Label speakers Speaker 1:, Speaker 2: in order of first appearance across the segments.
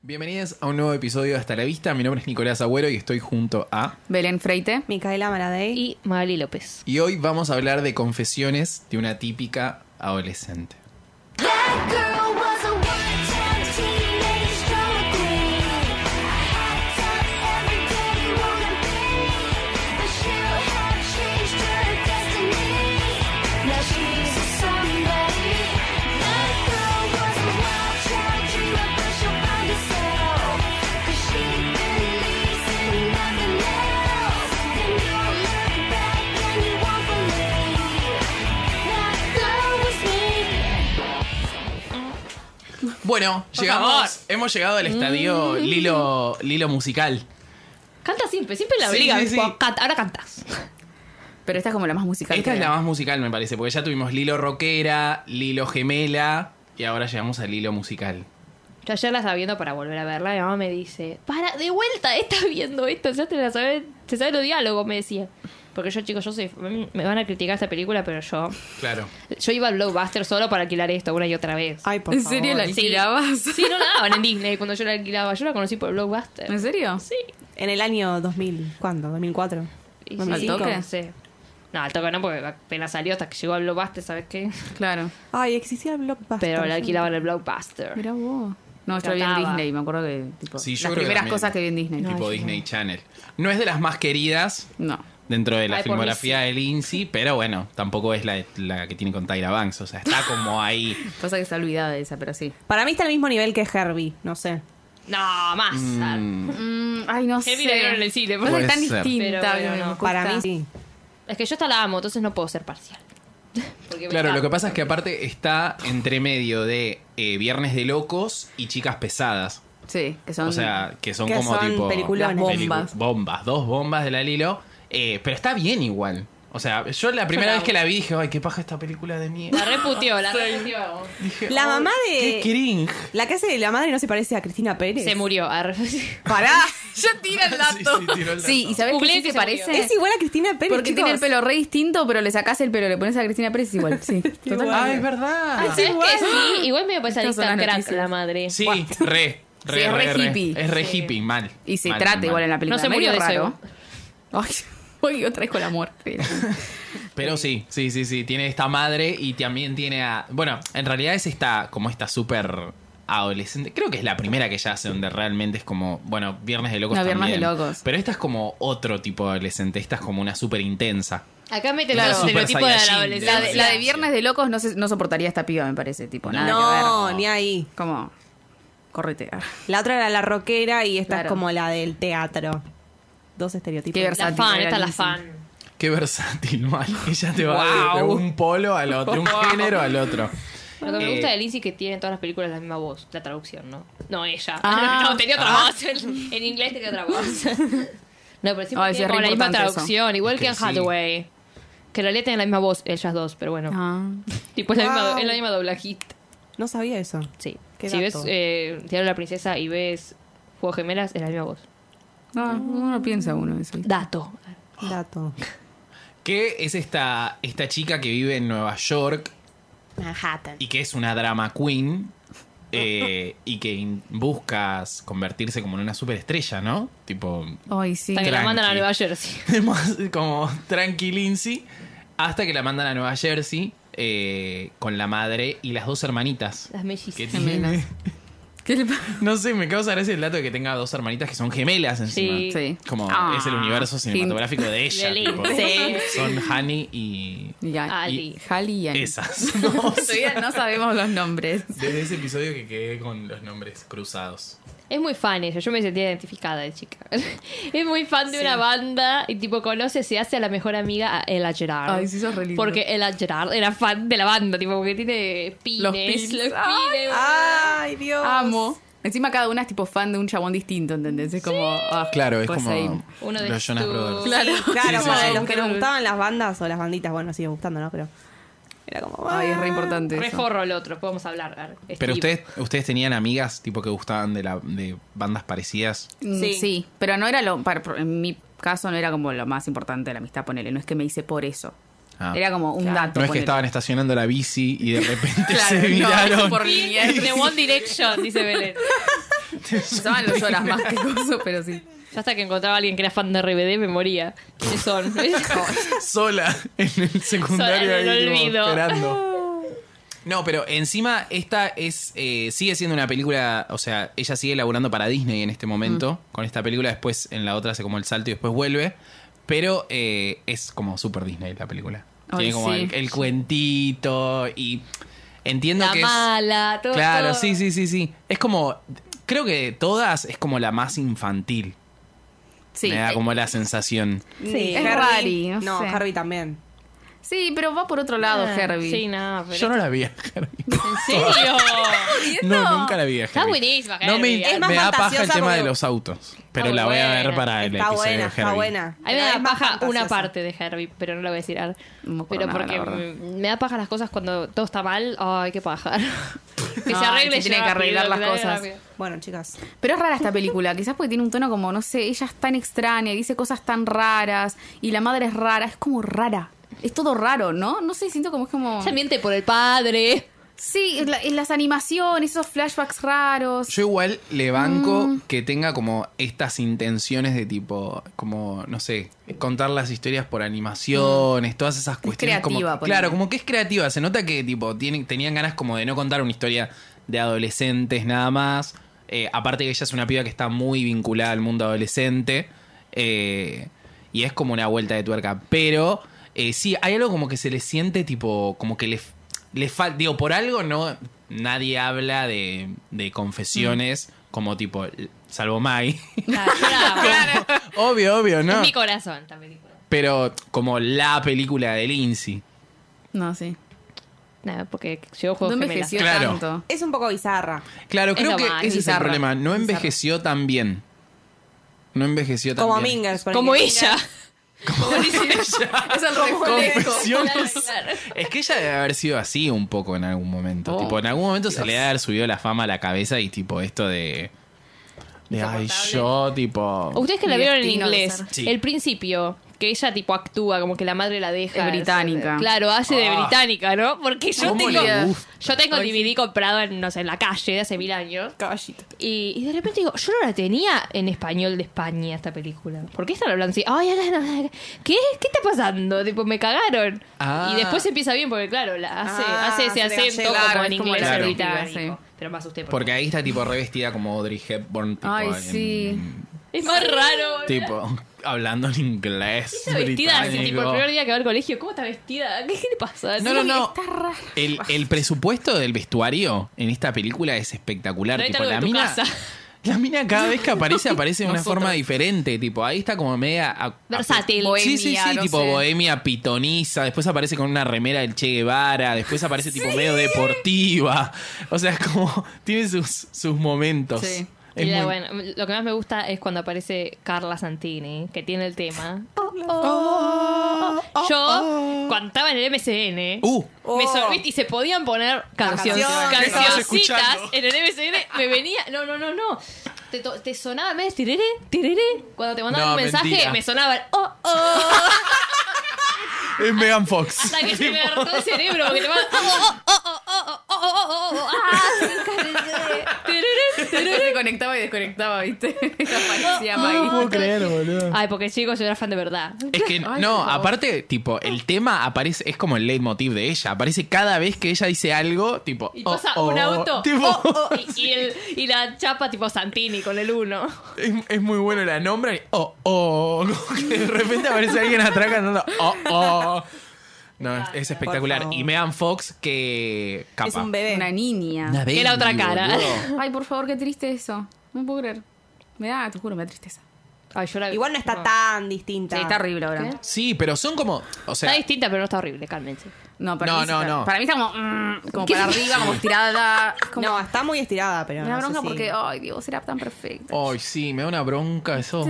Speaker 1: Bienvenidos a un nuevo episodio de Hasta la Vista. Mi nombre es Nicolás Agüero y estoy junto a...
Speaker 2: Belén Freite.
Speaker 3: Micaela Maradei.
Speaker 4: y Magali López.
Speaker 1: Y hoy vamos a hablar de confesiones de una típica adolescente.
Speaker 5: That girl was a one-time teenage drama queen. I act up every day, wanna be me, but she'll have changed her destiny. Now she's a somebody. That girl was a wild child dreamer, but she'll find herself 'cause she believes in nothing else. And you'll look back and you won't believe that girl was me.
Speaker 1: Bueno, llegamos, hemos llegado al estadio
Speaker 4: Mm.
Speaker 1: Lilo, Lilo Musical.
Speaker 4: Canta siempre, siempre la
Speaker 1: Sí,
Speaker 4: obligan.
Speaker 1: sí, sí.
Speaker 4: tipo, "Canta, ahora cantas.
Speaker 2: Pero esta es como la más musical.
Speaker 1: Esta es
Speaker 2: creo.
Speaker 1: la más musical, me parece, porque ya tuvimos Lilo Rockera, Lilo Gemela y ahora llegamos al Lilo Musical.
Speaker 4: Yo ayer la estaba viendo para volver a verla. Mi mamá me dice, para, de vuelta, estás viendo esto. Ya te la sabes, te sabes los diálogos, me decía. Porque yo, chicos, yo soy. Me van a criticar esta película, pero yo.
Speaker 1: Claro.
Speaker 4: Yo iba al blockbuster solo para alquilar esto una y otra vez.
Speaker 3: Ay, por
Speaker 2: ¿En
Speaker 3: favor.
Speaker 2: serio la
Speaker 4: Sí.
Speaker 2: alquilabas?
Speaker 4: Sí, no la daban en Disney cuando yo la alquilaba. Yo la conocí por blockbuster.
Speaker 2: ¿En serio?
Speaker 4: Sí.
Speaker 3: En el año 2000, ¿cuándo? ¿2004?
Speaker 4: Y
Speaker 2: ¿Al
Speaker 4: sí,
Speaker 2: toque?
Speaker 4: no sé. No, al toque no, porque apenas salió hasta que llegó al blockbuster, ¿sabes qué?
Speaker 2: Claro.
Speaker 3: Ay, existía el Blockbuster.
Speaker 4: Pero la alquilaban en el blockbuster.
Speaker 2: Ah, Mira vos. No, yo la vi en
Speaker 4: Cantaba.
Speaker 2: Disney, me acuerdo que tipo,
Speaker 1: Sí, yo
Speaker 2: las
Speaker 1: creo que
Speaker 2: primeras
Speaker 1: también.
Speaker 2: cosas que vi en Disney.
Speaker 1: tipo Disney Channel. No es de las más queridas
Speaker 2: No.
Speaker 1: dentro de la
Speaker 4: Ay, por mí
Speaker 1: filmografía del INSI, pero bueno, tampoco es la, la que tiene con Tyra Banks. O sea, está como ahí.
Speaker 2: Pasa que está olvidada de esa, pero sí.
Speaker 3: Para mí está al mismo nivel que Herbie, no sé.
Speaker 4: No, más.
Speaker 1: Mm,
Speaker 2: ay, no sé.
Speaker 4: Herbie la vieron en el cine,
Speaker 2: Pasa que
Speaker 1: Puede
Speaker 2: es tan
Speaker 1: ser.
Speaker 2: distinta.
Speaker 4: Pero bueno,
Speaker 2: que me
Speaker 4: no.
Speaker 2: cuesta.
Speaker 3: Para mí sí.
Speaker 4: Es que yo esta la amo, entonces no puedo ser parcial. Porque me
Speaker 1: Claro, lo que
Speaker 4: encanta.
Speaker 1: pasa es que aparte está entre medio de eh, Viernes de Locos y Chicas Pesadas.
Speaker 2: Sí, que son...
Speaker 1: O sea, que son
Speaker 3: Que
Speaker 1: como
Speaker 3: son
Speaker 1: tipo.
Speaker 3: peliculones.
Speaker 2: Las bombas.
Speaker 1: pelicu- Bombas, dos bombas de la Lilo. Eh, pero está bien igual. O sea, yo la primera
Speaker 4: la
Speaker 1: vez que la vi dije, ay, qué paja esta película de mierda.
Speaker 4: La reputió, la reputió.
Speaker 1: Dije,
Speaker 3: La
Speaker 1: "Ay,
Speaker 3: mamá de-
Speaker 1: Qué cringe.
Speaker 3: La que hace la madre no se parece a Cristina Pérez.
Speaker 4: Se murió. arre.
Speaker 2: ¡Pará! ¡Ya tira el dato!
Speaker 1: Sí, sí, tiró el
Speaker 2: Sí,
Speaker 1: dato.
Speaker 2: ¿y sabes qué
Speaker 4: Google
Speaker 2: sí
Speaker 4: que
Speaker 2: se
Speaker 4: se
Speaker 2: parece?
Speaker 4: murió.
Speaker 3: Es igual a Cristina Pérez.
Speaker 2: Porque tiene el
Speaker 3: chicos.
Speaker 2: pelo re distinto, pero le sacás el pelo, le pones a Cristina Pérez igual. Sí, total.
Speaker 3: igual.
Speaker 1: Ah, es verdad.
Speaker 4: ¿Sabes qué? Sí, igual medio
Speaker 2: Estas son
Speaker 4: pesadista
Speaker 2: las
Speaker 4: crack
Speaker 2: noticias.
Speaker 4: la madre.
Speaker 1: Sí, re. Re,
Speaker 2: Sí, es
Speaker 1: re,
Speaker 2: re
Speaker 1: re.
Speaker 2: hippie.
Speaker 1: Es re
Speaker 4: Sí.
Speaker 1: hippie, mal.
Speaker 2: Y se
Speaker 1: Mal,
Speaker 2: trata
Speaker 1: mal.
Speaker 2: igual en la película.
Speaker 4: No se
Speaker 2: Medio
Speaker 4: murió de eso
Speaker 2: raro. Ay, hoy otra vez con la muerte.
Speaker 1: Pero sí, sí, sí, sí. Tiene esta madre y también tiene a. Bueno, en realidad es esta, como esta súper adolescente. Creo que es la primera que ya hace donde realmente es como. Bueno, Viernes de Locos
Speaker 2: No, Viernes
Speaker 1: también.
Speaker 2: de Locos.
Speaker 1: Pero esta es como otro tipo de adolescente. Esta es como una súper intensa.
Speaker 4: Acá mete
Speaker 1: Claro.
Speaker 4: el estereotipo de
Speaker 1: Super
Speaker 4: la
Speaker 1: Saiyajin,
Speaker 2: La de,
Speaker 4: adolescencia.
Speaker 2: la de Viernes de Locos no, se- no soportaría esta piba, me parece. Tipo, nada que
Speaker 3: No,
Speaker 2: ver.
Speaker 3: ni ahí.
Speaker 2: Como, corretear.
Speaker 3: La otra era la rockera y esta
Speaker 2: Claro.
Speaker 3: es como la del teatro. Dos estereotipos.
Speaker 2: Qué
Speaker 4: La
Speaker 2: versátil,
Speaker 4: fan, esta
Speaker 2: era
Speaker 4: es la
Speaker 2: Lindsay.
Speaker 4: fan.
Speaker 1: Qué versátil, mal. Ella te va de- de un polo al otro, un género al otro.
Speaker 4: Lo que
Speaker 1: Eh.
Speaker 4: me gusta de Lizzie es que tiene en todas las películas la misma voz, la traducción, ¿no? No, ella.
Speaker 2: Ah.
Speaker 4: no, tenía otra voz. En inglés tenía otra voz. No, pero siempre
Speaker 2: Ay, sí,
Speaker 4: tiene
Speaker 2: es re
Speaker 4: como la misma
Speaker 2: importante eso.
Speaker 4: traducción, igual
Speaker 1: Es
Speaker 4: que
Speaker 1: que
Speaker 4: en
Speaker 1: sí.
Speaker 4: Hathaway. Que en realidad tienen la misma voz, ellas dos, pero bueno.
Speaker 2: Ah.
Speaker 4: Tipo, es la,
Speaker 3: Wow.
Speaker 4: misma, es la misma doblajita.
Speaker 3: No sabía eso.
Speaker 4: Sí.
Speaker 3: Qué
Speaker 4: si
Speaker 3: dato.
Speaker 4: ves eh, Diablo la Princesa y ves Juego de Gemelas, es la misma voz.
Speaker 2: No, Ah, no lo piensa uno eso.
Speaker 4: Dato.
Speaker 3: Dato.
Speaker 1: Que es esta, esta chica que vive en Nueva York
Speaker 4: Manhattan.
Speaker 1: y que es una drama queen eh, y que in- buscas convertirse como en una superestrella, ¿no? Tipo,
Speaker 2: Ay, sí.
Speaker 4: Hasta que la
Speaker 1: Tranqui.
Speaker 4: mandan a Nueva Jersey.
Speaker 1: más como tranqui Lindsay, hasta que la mandan a Nueva Jersey eh, con la madre y las dos hermanitas.
Speaker 4: Las
Speaker 1: Que
Speaker 4: mellizas.
Speaker 1: tiene,
Speaker 2: Gemelas. ¿Qué le pasa?
Speaker 1: no sé, me causa gracia el dato de que tenga dos hermanitas que son gemelas encima.
Speaker 4: Sí.
Speaker 2: Sí.
Speaker 1: Como
Speaker 2: Ah,
Speaker 1: es el universo
Speaker 2: fin.
Speaker 1: cinematográfico de ella.
Speaker 4: De
Speaker 1: tipo,
Speaker 4: Lindsay.
Speaker 1: son Hani y
Speaker 2: Ya.
Speaker 4: Ali.
Speaker 2: Hal y Annie.
Speaker 1: esas. ¿no? O sea,
Speaker 2: Todavía no sabemos los nombres.
Speaker 1: desde ese episodio que quedé con los nombres cruzados.
Speaker 4: Es muy fan ella, yo me sentía identificada de chica. es muy fan de una banda y tipo conoce, se hace a la mejor amiga a Ella Gerard.
Speaker 2: Ay, sí, sos re lindo.
Speaker 4: Porque Ella Gerard era fan de la banda, tipo, porque tiene pines.
Speaker 2: Los pines.
Speaker 3: ah,
Speaker 4: los
Speaker 2: Ay,
Speaker 4: pines.
Speaker 3: Ay, Dios.
Speaker 2: Amo. Encima cada una es tipo fan de un chabón distinto, ¿entendés? Es como. ah,
Speaker 1: Claro, es
Speaker 2: pues
Speaker 1: como
Speaker 2: ahí.
Speaker 4: Uno de
Speaker 1: los Jonas
Speaker 4: Stu-
Speaker 1: Brothers.
Speaker 2: Claro.
Speaker 3: Claro,
Speaker 1: Sí, sí,
Speaker 3: como
Speaker 1: sí.
Speaker 3: de los que nos gustaban las bandas o las banditas, bueno, sigue gustando, ¿no? Pero era como.
Speaker 2: Ay, es re importante. eso.
Speaker 4: Reforro el otro, podemos hablar. a ver, Steve.
Speaker 1: Pero ustedes, ustedes tenían amigas tipo que gustaban de, la, de bandas parecidas.
Speaker 2: Mm, Sí.
Speaker 3: Sí.
Speaker 2: pero no era lo. para- en mi caso no era como lo más importante de la amistad, ponele. No es que me hice por eso.
Speaker 1: Ah.
Speaker 2: Era como un dato.
Speaker 1: No es que
Speaker 2: ponele.
Speaker 1: estaban estacionando la bici y de repente
Speaker 2: Claro,
Speaker 1: se
Speaker 2: no,
Speaker 1: miraron.
Speaker 2: eso por linear.
Speaker 4: De One Direction, dice Belén.
Speaker 2: Pensaban los lloras más que cosas, pero sí.
Speaker 4: Ya hasta que encontraba a alguien que era fan de RBD, me moría. ¿Qué son?
Speaker 1: sola en el secundario
Speaker 4: Sola en el
Speaker 1: ahí, como,
Speaker 4: olvido.
Speaker 1: esperando. No, pero encima esta es eh, sigue siendo una película, o sea, ella sigue laburando para Disney en este momento con esta película, después en la otra hace como el salto y después vuelve, pero eh, es como super Disney la película.
Speaker 2: Ay,
Speaker 1: Tiene como
Speaker 2: sí.
Speaker 1: el, el cuentito y entiendo
Speaker 4: La
Speaker 1: que es
Speaker 4: mala, todo.
Speaker 1: Claro,
Speaker 4: todo.
Speaker 1: sí, sí, sí, sí. Es como creo que de todas es como la más infantil.
Speaker 2: Sí.
Speaker 1: Me da
Speaker 2: eh,
Speaker 1: como la sensación.
Speaker 3: ah, Sí,
Speaker 2: Es Harry, no sé.
Speaker 3: Harry también.
Speaker 2: Sí, pero va por otro lado,
Speaker 4: Ah,
Speaker 2: Herbie.
Speaker 4: Sí, nada, pero.
Speaker 1: Yo no la vi. Harry.
Speaker 4: ¿En serio?
Speaker 1: No, nunca la vi. a
Speaker 4: Está
Speaker 1: Herbie.
Speaker 4: buenísima,
Speaker 1: No me,
Speaker 4: Herbie. Es
Speaker 3: más
Speaker 1: me da paja el
Speaker 3: fantasiosa
Speaker 1: tema de
Speaker 3: porque-
Speaker 1: los autos. Pero
Speaker 4: muy
Speaker 1: la voy a ver
Speaker 4: buena.
Speaker 1: para Ah, el
Speaker 3: Está
Speaker 1: episodio
Speaker 3: buena,
Speaker 1: de
Speaker 3: está
Speaker 1: Herbie.
Speaker 3: buena.
Speaker 4: A mí me
Speaker 3: Pero
Speaker 4: da
Speaker 3: es más
Speaker 4: paja una
Speaker 3: fantasiosa.
Speaker 4: parte de Herbie, pero no la voy a decir ahora.
Speaker 2: No me acuerdo nada,
Speaker 4: Pero porque
Speaker 2: la verdad.
Speaker 4: me, me da paja las cosas cuando todo está mal. Ay, qué paja. que
Speaker 2: No,
Speaker 4: se arregle.
Speaker 2: se tiene
Speaker 4: ya
Speaker 2: que arreglar
Speaker 4: rápido,
Speaker 2: las
Speaker 4: que se
Speaker 2: cosas.
Speaker 4: arregle rápido.
Speaker 3: Bueno, chicas.
Speaker 2: Pero es rara esta película, quizás porque tiene un tono como, no sé, ella es tan extraña, y dice cosas tan raras, y la madre es rara, es como rara. Es todo raro, ¿no? No sé, siento como es como...
Speaker 4: Ella miente por el padre.
Speaker 2: Sí, en, la- en las animaciones, esos flashbacks raros.
Speaker 1: Yo igual le banco
Speaker 4: Mm.
Speaker 1: que tenga como estas intenciones de tipo, como, no sé, contar las historias por
Speaker 3: Mm.
Speaker 1: animaciones, todas esas cuestiones.
Speaker 2: creativa,
Speaker 1: como,
Speaker 2: ponele.
Speaker 1: claro, como que es creativa. Se nota que tipo tienen, tenían ganas como de no contar una historia de adolescentes nada más. Eh, aparte que ella es una piba que está muy vinculada al mundo adolescente. eh, y es como una vuelta de tuerca. Pero eh, sí, hay algo como que se le siente tipo, como que le, f- le falta... Digo, por algo no... Nadie habla de, de confesiones como tipo, salvo Mai.
Speaker 4: Claro, yo la amo.
Speaker 1: obvio, obvio,
Speaker 4: Es
Speaker 1: ¿no?
Speaker 4: mi corazón esta película.
Speaker 1: Pero como la película de Lindsay.
Speaker 2: No, sí.
Speaker 4: Nada, porque llegó
Speaker 2: No
Speaker 4: Juego Gemelas.
Speaker 2: envejeció
Speaker 1: Claro.
Speaker 2: tanto.
Speaker 3: Es un poco bizarra.
Speaker 1: Claro, creo
Speaker 4: Eso
Speaker 1: que
Speaker 4: mal,
Speaker 1: ese es el
Speaker 2: bizarro,
Speaker 1: problema. No
Speaker 2: bizarro.
Speaker 1: envejeció tan bien. No envejeció tan
Speaker 3: Como
Speaker 1: bien.
Speaker 3: Mingers. por
Speaker 4: Como
Speaker 3: ejemplo.
Speaker 4: ella.
Speaker 2: Es el reflejo.
Speaker 1: Confesiones.
Speaker 4: Claro, claro.
Speaker 1: Es que ella debe haber sido así un poco en algún momento.
Speaker 2: Oh,
Speaker 1: tipo, en algún momento se le debe haber subido la fama a la cabeza y tipo esto de. De ay, yo, tipo.
Speaker 4: Ustedes que la
Speaker 2: Mi
Speaker 4: vieron en
Speaker 2: destino de
Speaker 4: inglés,
Speaker 2: ser.
Speaker 1: Sí.
Speaker 4: el principio, que ella tipo actúa, como que la madre la deja.
Speaker 2: Es británica.
Speaker 4: Claro, hace de
Speaker 1: Ah.
Speaker 4: británica, ¿no? Porque yo
Speaker 1: ¿Cómo
Speaker 4: tengo.
Speaker 1: le gusta?
Speaker 4: Yo tengo DVD comprado en, no sé, en la calle de hace mil años.
Speaker 3: Caballito.
Speaker 4: Y, y de repente digo, yo no la tenía en español de España esta película. ¿Por qué esta la hablan así? Ay, ahora no- ¿qué? ¿Qué está pasando? Tipo, me cagaron.
Speaker 1: Ah.
Speaker 4: Y después empieza bien porque, claro, la hace,
Speaker 3: Ah,
Speaker 4: hace ese
Speaker 3: se le va a
Speaker 4: acento
Speaker 3: llegar,
Speaker 4: como en
Speaker 2: es como
Speaker 4: inglés
Speaker 1: la
Speaker 4: o
Speaker 2: película,
Speaker 4: británico.
Speaker 2: sí.
Speaker 4: Pero más usted.
Speaker 1: Porque ahí está tipo revestida como Audrey Hepburn. Tipo,
Speaker 2: Ay,
Speaker 1: en-
Speaker 2: sí.
Speaker 4: Es más raro. boludo.
Speaker 1: tipo, hablando en inglés.
Speaker 4: Está vestida así, tipo, el
Speaker 1: británico.
Speaker 4: primer día que va al colegio. ¿Cómo está vestida? ¿Qué, qué le pasa?
Speaker 1: No,
Speaker 4: Sí,
Speaker 1: no, no.
Speaker 2: Está raro.
Speaker 1: El, el presupuesto del vestuario en esta película es espectacular.
Speaker 4: Traete
Speaker 1: tipo,
Speaker 4: algo de
Speaker 1: la
Speaker 4: tu
Speaker 1: mina.
Speaker 4: casa.
Speaker 1: La mina cada vez que aparece, aparece de una
Speaker 2: Nosotros.
Speaker 1: forma diferente. Tipo, ahí está como media. a- a-
Speaker 4: Versátil.
Speaker 1: sí, sí,
Speaker 2: Bohemia,
Speaker 1: sí.
Speaker 2: no
Speaker 1: tipo
Speaker 2: sé.
Speaker 1: bohemia pitoniza. Después aparece con una remera del Che Guevara. Después aparece tipo medio deportiva. O sea, es como. Tiene sus, sus momentos.
Speaker 2: Sí.
Speaker 1: Es
Speaker 4: Mira,
Speaker 1: muy-
Speaker 4: bueno, lo que más me gusta es cuando aparece Carla Santini, que tiene el tema.
Speaker 1: Oh.
Speaker 4: Yo, cuando estaba en el MCN,
Speaker 1: Uh.
Speaker 4: me
Speaker 3: Oh.
Speaker 4: sorprendí y se podían poner canciones,
Speaker 3: canciones.
Speaker 4: cancioncitas
Speaker 1: Estabas escuchando.
Speaker 4: en el MCN. Me venía, no, no, no, no. Te, to- te sonaba, me tirere, tirere. Cuando te mandaban
Speaker 1: No,
Speaker 4: un mensaje,
Speaker 1: mentira.
Speaker 4: me sonaba, el oh, oh,
Speaker 1: Es Megan Fox.
Speaker 4: hasta que se me hartó el cerebro, porque te mandaban, oh, oh, oh, oh, oh, oh, oh, oh, oh, oh, ah, tirere, tirere.
Speaker 2: Se conectaba y desconectaba, ¿viste? Aparecía
Speaker 1: No
Speaker 2: Maggie.
Speaker 1: puedo creer, boludo.
Speaker 4: Ay, porque chicos, yo era fan de verdad.
Speaker 1: Es que no, aparte, tipo, el tema aparece, es como el leitmotiv de ella. Aparece cada vez que ella dice algo, tipo.
Speaker 4: Y
Speaker 1: oh,
Speaker 4: pasa
Speaker 1: oh,
Speaker 4: un auto.
Speaker 1: tipo,
Speaker 4: oh, oh, y, y el- y la chapa tipo Santini con el uno.
Speaker 1: Es, es muy bueno la nombra y. Oh, oh. Como que de repente aparece alguien atrás cantando. Oh, oh. No, es, es espectacular.
Speaker 3: favor.
Speaker 1: Y Megan Fox, que. Capa.
Speaker 3: Es un bebé.
Speaker 2: Una niña.
Speaker 1: Una
Speaker 4: Que la otra
Speaker 1: baby,
Speaker 4: cara.
Speaker 1: boludo.
Speaker 2: Ay, por favor, qué triste eso. No puedo creer. Me da, te juro, me da tristeza.
Speaker 4: Ay, yo la-
Speaker 3: Igual no está tan distinta.
Speaker 2: Sí, está horrible ahora.
Speaker 4: ¿Qué?
Speaker 1: Sí, pero son como. O sea,
Speaker 4: Está distinta, pero no está horrible, cálmense.
Speaker 2: No, para
Speaker 1: No,
Speaker 2: mí sí
Speaker 1: no,
Speaker 2: está-
Speaker 1: no.
Speaker 2: Para mí está como, mm, como para arriba, como estirada. Como,
Speaker 3: No, está muy estirada, pero.
Speaker 2: me da
Speaker 3: no sé
Speaker 2: bronca
Speaker 3: si-
Speaker 2: porque, ay, Dios, era tan perfecta.
Speaker 1: Ay, sí, me da una bronca eso.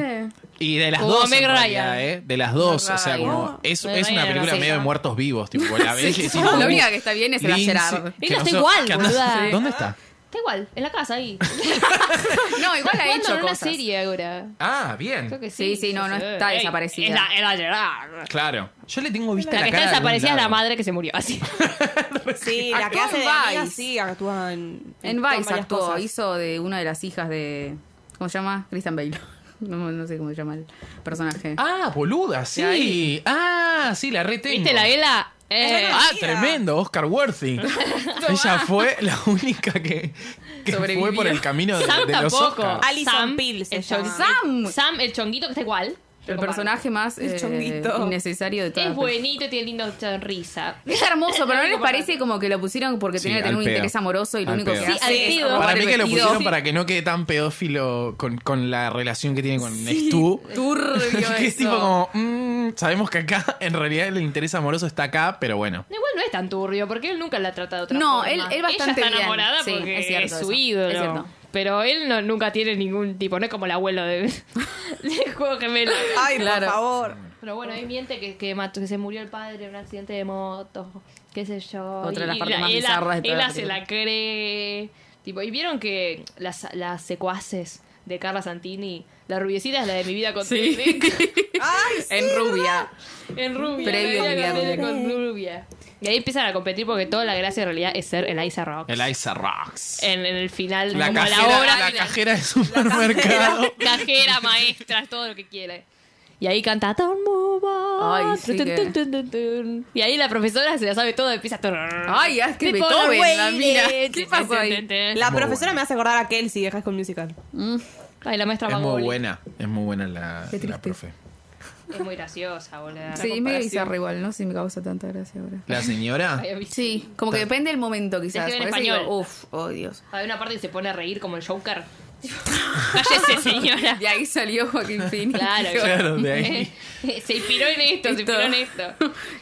Speaker 1: Y de las
Speaker 4: Como
Speaker 1: dos, en
Speaker 4: Uh, Meg
Speaker 1: realidad,
Speaker 4: Ryan.
Speaker 1: ¿eh? De las dos,
Speaker 2: Meg
Speaker 1: o sea,
Speaker 2: Ryan.
Speaker 1: como... Es,
Speaker 4: Meg
Speaker 1: es una
Speaker 4: Ryan,
Speaker 1: película
Speaker 4: no sé,
Speaker 1: medio de
Speaker 4: no.
Speaker 1: muertos vivos, tipo, la ves y decís,
Speaker 2: La
Speaker 1: "Uh,
Speaker 2: única que está bien es la
Speaker 1: Lindsay",
Speaker 2: Gerard.
Speaker 1: que
Speaker 4: Ella está
Speaker 1: sé-
Speaker 4: igual,
Speaker 1: que andás-
Speaker 4: boluda.
Speaker 1: ¿Dónde está?
Speaker 4: Está igual, en la casa ahí.
Speaker 2: No, igual ha
Speaker 4: Jugando
Speaker 2: hecho
Speaker 4: en una
Speaker 2: cosas.
Speaker 4: serie ahora.
Speaker 1: Ah, bien.
Speaker 4: Creo que
Speaker 2: Sí,
Speaker 4: sí.
Speaker 2: sí, no,
Speaker 4: ya
Speaker 2: no
Speaker 4: se ve.
Speaker 2: está
Speaker 4: Ey,
Speaker 2: desaparecida.
Speaker 4: Es la, es la Gerard.
Speaker 1: Claro. Yo le tengo vista
Speaker 4: La
Speaker 1: la,
Speaker 4: que está
Speaker 1: cara de algún
Speaker 4: desaparecida es la
Speaker 1: lado.
Speaker 4: madre que se murió. Así.
Speaker 3: Sí, la que
Speaker 2: Actuó
Speaker 3: hace
Speaker 2: en
Speaker 3: de amiga,
Speaker 2: Vice.
Speaker 3: sí, actúa en.
Speaker 2: En
Speaker 3: actúa
Speaker 2: Vice
Speaker 3: varias
Speaker 2: actuó,
Speaker 3: cosas.
Speaker 2: hizo de una de las hijas de. ¿Cómo se llama? Christian Bale. No, no sé cómo se llama el personaje.
Speaker 1: Ah, boluda, sí.
Speaker 2: ahí.
Speaker 1: Ah, sí, la retengo.
Speaker 4: ¿Viste la vela? Eh,
Speaker 3: verdad.
Speaker 1: Ah,
Speaker 3: Mira.
Speaker 1: tremendo, Oscar Worthy. Ella fue la única que, que fue
Speaker 2: Sobrevivió.
Speaker 1: por el camino de,
Speaker 4: Sam
Speaker 1: de los
Speaker 4: tampoco.
Speaker 1: Oscars.
Speaker 3: Alison
Speaker 4: Sam,
Speaker 3: Peel se
Speaker 4: el
Speaker 3: llama.
Speaker 4: chon-
Speaker 2: Sam.
Speaker 4: Sam, el chonguito que está igual.
Speaker 2: el personaje más
Speaker 3: El
Speaker 2: eh,
Speaker 3: chonguito.
Speaker 2: innecesario de todas.
Speaker 4: Es
Speaker 2: las películas.
Speaker 4: buenito y tiene linda sonrisa.
Speaker 2: Es hermoso, pero ¿no les parece como que lo pusieron porque
Speaker 1: Sí,
Speaker 2: tenía que
Speaker 1: al
Speaker 2: tener un
Speaker 1: pedo.
Speaker 2: interés amoroso y lo
Speaker 1: Al
Speaker 2: único
Speaker 1: pedo.
Speaker 2: que
Speaker 1: Sí,
Speaker 2: hace
Speaker 4: al
Speaker 2: es
Speaker 4: pedo.
Speaker 2: robar
Speaker 1: Para
Speaker 2: el
Speaker 1: mí que lo
Speaker 2: vestido?
Speaker 1: pusieron para que no quede tan pedófilo con, con la relación que tiene con Stu.
Speaker 2: Turbio
Speaker 1: que
Speaker 2: eso.
Speaker 1: es tipo como, mm, sabemos que acá en realidad el interés amoroso está acá, pero bueno.
Speaker 4: No, Igual no es tan turbio, porque él nunca la trata de otra
Speaker 2: No,
Speaker 4: forma.
Speaker 2: él- él bastante bien.
Speaker 4: Ella está enamorada
Speaker 2: Sí,
Speaker 4: porque
Speaker 2: es
Speaker 4: es,
Speaker 2: cierto eso.
Speaker 4: su
Speaker 2: Es
Speaker 4: ídolo.
Speaker 2: cierto.
Speaker 4: Pero él no, nunca tiene ningún tipo, no es como el abuelo de, de Juego Gemelo.
Speaker 2: Ah,
Speaker 3: Ay,
Speaker 2: Claro.
Speaker 3: por favor.
Speaker 4: Pero bueno, ahí miente que, que, mató, que se murió el padre en un accidente de moto, qué sé yo.
Speaker 2: Otra de las
Speaker 4: Y
Speaker 2: partes más
Speaker 4: él,
Speaker 2: bizarras de toda
Speaker 4: él
Speaker 2: la
Speaker 4: se la cree. Tipo, y vieron que las, las secuaces de Carla Santini, la rubiecita es la de mi vida con
Speaker 2: Sí.
Speaker 4: Telefe.
Speaker 3: Ay, sí.
Speaker 2: en rubia.
Speaker 4: En rubia.
Speaker 2: Previo
Speaker 4: la vida
Speaker 2: invierno.
Speaker 4: con rubia. Y ahí empiezan a competir porque toda la gracia en realidad es ser Eliza Rock.
Speaker 1: Eliza Rocks.
Speaker 4: En, en el final,
Speaker 1: la,
Speaker 4: como
Speaker 1: cajera,
Speaker 4: la obra.
Speaker 1: la
Speaker 4: final.
Speaker 1: cajera de supermercado.
Speaker 4: Cajera, maestra, todo lo que quiere. Y ahí canta Don't move on.
Speaker 2: Ay, sí
Speaker 4: Tun,
Speaker 2: que-
Speaker 4: tun, tun, tun, tun. Y ahí la profesora se la sabe todo, empieza a
Speaker 2: Ay, es que
Speaker 4: People
Speaker 2: Beethoven, la
Speaker 4: waiting.
Speaker 2: mina. ¿Qué pasó ahí?
Speaker 3: La
Speaker 1: Muy
Speaker 3: profesora
Speaker 1: buena.
Speaker 3: me hace acordar a Kelsey de High School Musical.
Speaker 4: Ay, la maestra
Speaker 1: es
Speaker 4: Magoli.
Speaker 1: muy buena, es muy buena la,
Speaker 2: Qué
Speaker 1: la
Speaker 2: triste.
Speaker 1: profe.
Speaker 4: Es muy graciosa, boludo.
Speaker 2: Sí, medio bizarro igual, no sé si me causa tanta gracia ahora.
Speaker 1: La señora.
Speaker 2: Sí, como que depende del momento quizás.
Speaker 4: Es que
Speaker 2: Por
Speaker 4: en
Speaker 2: eso digo,
Speaker 4: español.
Speaker 2: Uf, oh Dios.
Speaker 4: Hay una parte que se pone a reír como el Joker. Cállese, señora.
Speaker 2: De ahí salió Joaquín Phoenix.
Speaker 4: Claro,
Speaker 1: Claro, de ahí.
Speaker 4: se inspiró en esto, se
Speaker 2: Esto.
Speaker 4: inspiró en esto.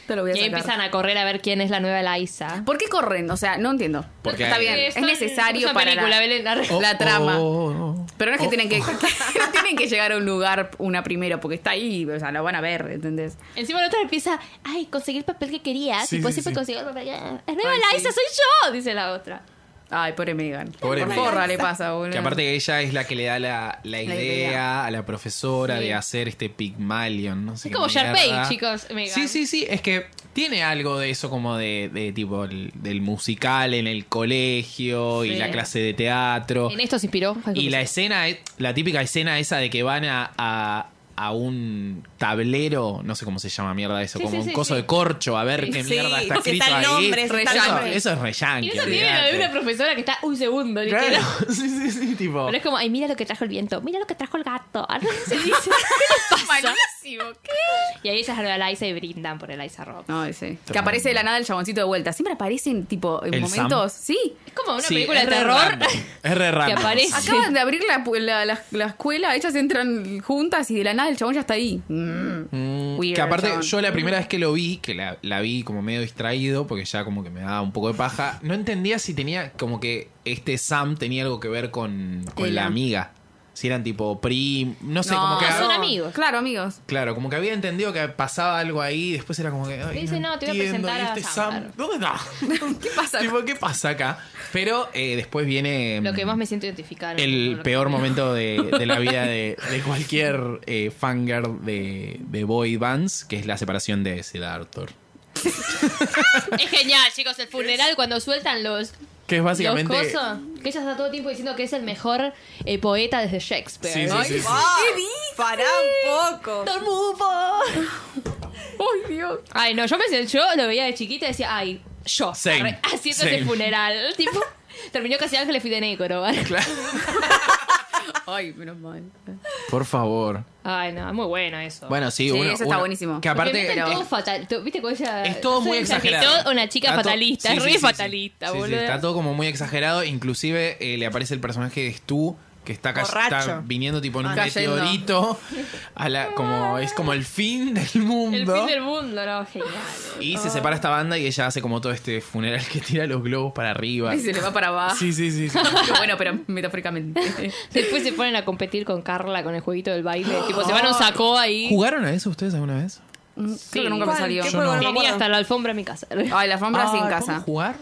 Speaker 2: Te lo voy a
Speaker 4: Y ahí
Speaker 2: sacar.
Speaker 4: empiezan a correr a ver quién es la nueva Eliza.
Speaker 2: ¿Por qué corren? O sea, no entiendo.
Speaker 1: Porque
Speaker 2: está
Speaker 1: hay-
Speaker 2: bien, es
Speaker 4: Son-
Speaker 2: necesario
Speaker 4: son
Speaker 2: para la-
Speaker 4: película, Belén, la re-
Speaker 2: Oh. la trama.
Speaker 1: oh, oh.
Speaker 2: Pero no es que
Speaker 1: Oh,
Speaker 2: tienen que no tienen que llegar a un lugar una primero porque está ahí, o sea, lo van a ver, ¿entendés?
Speaker 4: Encima la otra empieza, ay, conseguí el papel que querías.
Speaker 1: Sí,
Speaker 4: y vos
Speaker 1: sí,
Speaker 4: siempre
Speaker 1: sí.
Speaker 4: consigues el papel. Ah, Es nueva
Speaker 2: Ay,
Speaker 4: Eliza,
Speaker 2: sí.
Speaker 4: soy yo, dice la otra.
Speaker 2: Ay, pobre Megan.
Speaker 1: Pobre
Speaker 2: Por
Speaker 1: Megan.
Speaker 2: porra le pasa, boludo.
Speaker 1: Que aparte ella es la que le da la, la idea,
Speaker 2: idea.
Speaker 1: a la profesora
Speaker 4: Sí.
Speaker 1: de hacer este Pygmalion, no sé
Speaker 4: Es
Speaker 1: qué
Speaker 4: como
Speaker 1: mierda.
Speaker 4: Sharpay, chicos, Megan.
Speaker 1: Sí, sí, sí, es que tiene algo de eso como de, de tipo el- del musical en el colegio y
Speaker 4: Sí.
Speaker 1: la clase de teatro.
Speaker 4: En esto se inspiró. Ay,
Speaker 1: Oh. Y
Speaker 4: qué
Speaker 1: la
Speaker 4: pesado.
Speaker 1: escena, es- la típica escena esa de que van a, a, a un tablero, no sé cómo se llama mierda eso,
Speaker 4: Sí,
Speaker 1: como
Speaker 4: sí,
Speaker 1: un
Speaker 4: sí,
Speaker 1: coso
Speaker 4: sí.
Speaker 1: de corcho, a ver qué
Speaker 3: Sí,
Speaker 1: mierda está
Speaker 3: si
Speaker 1: escrito
Speaker 3: está el nombre,
Speaker 1: ahí.
Speaker 3: si
Speaker 2: está el
Speaker 1: eso,
Speaker 2: nombre.
Speaker 1: eso es re yankee,
Speaker 4: Y eso tiene la de
Speaker 1: olvidate.
Speaker 4: una profesora que está un segundo, literal.
Speaker 1: Claro, sí, sí, sí, tipo.
Speaker 4: Pero es como, ay, mira lo que trajo el viento, mira lo que trajo el gato. Algo que se dice, ¿qué le pasa?
Speaker 2: malísimo. ¿Qué?
Speaker 4: Y ahí ellas lo de Eliza y brindan por Eliza Rock.
Speaker 2: No, sí. Que aparece de la nada el chaboncito de vuelta. Siempre aparecen tipo en
Speaker 1: ¿El
Speaker 2: momentos, sí.
Speaker 4: Es como una
Speaker 1: Sí,
Speaker 4: película de
Speaker 1: es re
Speaker 4: terror.
Speaker 1: random, Es re random.
Speaker 4: aparece.
Speaker 1: sí.
Speaker 2: Acaban de abrir la, pu- la- la- la escuela, ellas entran juntas y de la nada el chabón ya está ahí. Mm.
Speaker 1: Mm,
Speaker 2: Weird
Speaker 1: que aparte,
Speaker 2: John.
Speaker 1: yo la primera vez que lo vi, que la, la vi como medio distraído, porque ya como que me daba un poco de paja, no entendía si tenía como que este Sam tenía algo que ver con, con
Speaker 2: Ella.
Speaker 1: la amiga. Si eran tipo prim, no sé, como que...
Speaker 4: No, son amigos.
Speaker 2: Claro, amigos.
Speaker 1: Claro, como que había entendido que pasaba algo ahí, y después era como que... ay,
Speaker 4: Le dice, "No, te voy a
Speaker 1: entiendo,
Speaker 4: presentar
Speaker 1: ¿y
Speaker 4: a
Speaker 1: este
Speaker 4: Sam", claro.
Speaker 1: ¿Dónde está?
Speaker 2: ¿Qué pasa?
Speaker 1: tipo, ¿qué pasa acá? Pero eh, después viene...
Speaker 4: Lo que
Speaker 1: mm,
Speaker 4: más me siento identificada. con
Speaker 1: el
Speaker 4: lo que
Speaker 1: peor
Speaker 4: veo.
Speaker 1: momento de, de la vida de, de cualquier eh, fangirl de, de boy bands, que es la separación de Arthur
Speaker 4: Es genial, chicos, el funeral cuando sueltan los.
Speaker 1: Que es básicamente.
Speaker 4: Los cosos, que ella está todo el tiempo diciendo que es el mejor eh, poeta desde Shakespeare.
Speaker 1: Sí, sí,
Speaker 4: Ay,
Speaker 1: sí, sí.
Speaker 3: ¿Qué dices? Pará un poco.
Speaker 4: todo el mundo.
Speaker 2: Ay, Dios.
Speaker 4: Ay, no, yo me sen- yo lo veía de chiquita y decía, ay, yo
Speaker 1: Same,
Speaker 4: arre, haciendo
Speaker 1: same.
Speaker 4: ese funeral. Tipo, terminó casi Ángeles fui de negro.
Speaker 1: Claro.
Speaker 2: Ay, menos mal.
Speaker 1: Por favor.
Speaker 4: Ay, no, es muy bueno eso.
Speaker 1: Bueno, sí,
Speaker 2: Sí,
Speaker 1: uno-
Speaker 2: eso está
Speaker 1: uno-
Speaker 2: buenísimo.
Speaker 1: Que
Speaker 4: Porque
Speaker 1: aparte.
Speaker 4: meten todo fatal. to- ¿Viste cómo ella.?
Speaker 1: Es todo muy
Speaker 4: soy esa actitud,
Speaker 1: exagerado.
Speaker 4: Una chica
Speaker 1: Está to-
Speaker 4: fatalista,
Speaker 1: sí,
Speaker 4: es
Speaker 1: sí,
Speaker 4: re
Speaker 1: sí, sí.
Speaker 4: fatalista,
Speaker 1: Sí, sí,
Speaker 4: boludo.
Speaker 1: está todo como muy exagerado. Inclusive eh, le aparece el personaje de Stu, que está, ca-
Speaker 3: Borracho.
Speaker 1: está viniendo tipo en un
Speaker 2: Ah, cayendo.
Speaker 1: meteorito. A la, como, es como el fin del mundo.
Speaker 4: El fin del mundo, no, genial.
Speaker 1: Y
Speaker 2: Ah.
Speaker 1: se separa esta banda y ella hace como todo este funeral que tira los globos para arriba.
Speaker 2: Y se le va para abajo.
Speaker 1: Sí, sí, sí. sí.
Speaker 2: Bueno, pero metafóricamente.
Speaker 4: Después se ponen a competir con Carla con el jueguito del baile. Tipo, se van a un saco ahí.
Speaker 1: ¿Jugaron a eso ustedes alguna vez?
Speaker 2: Mm, Creo que nunca me
Speaker 3: ¿Cuál?
Speaker 2: salió.
Speaker 3: ¿Qué
Speaker 1: Yo
Speaker 3: juego?
Speaker 1: no.
Speaker 3: me
Speaker 4: Tenía
Speaker 3: acuerdo.
Speaker 4: hasta la alfombra en mi casa. O
Speaker 2: Ay, la alfombra
Speaker 1: Ah,
Speaker 2: sin
Speaker 1: ¿cómo
Speaker 2: casa.
Speaker 1: ¿Jugar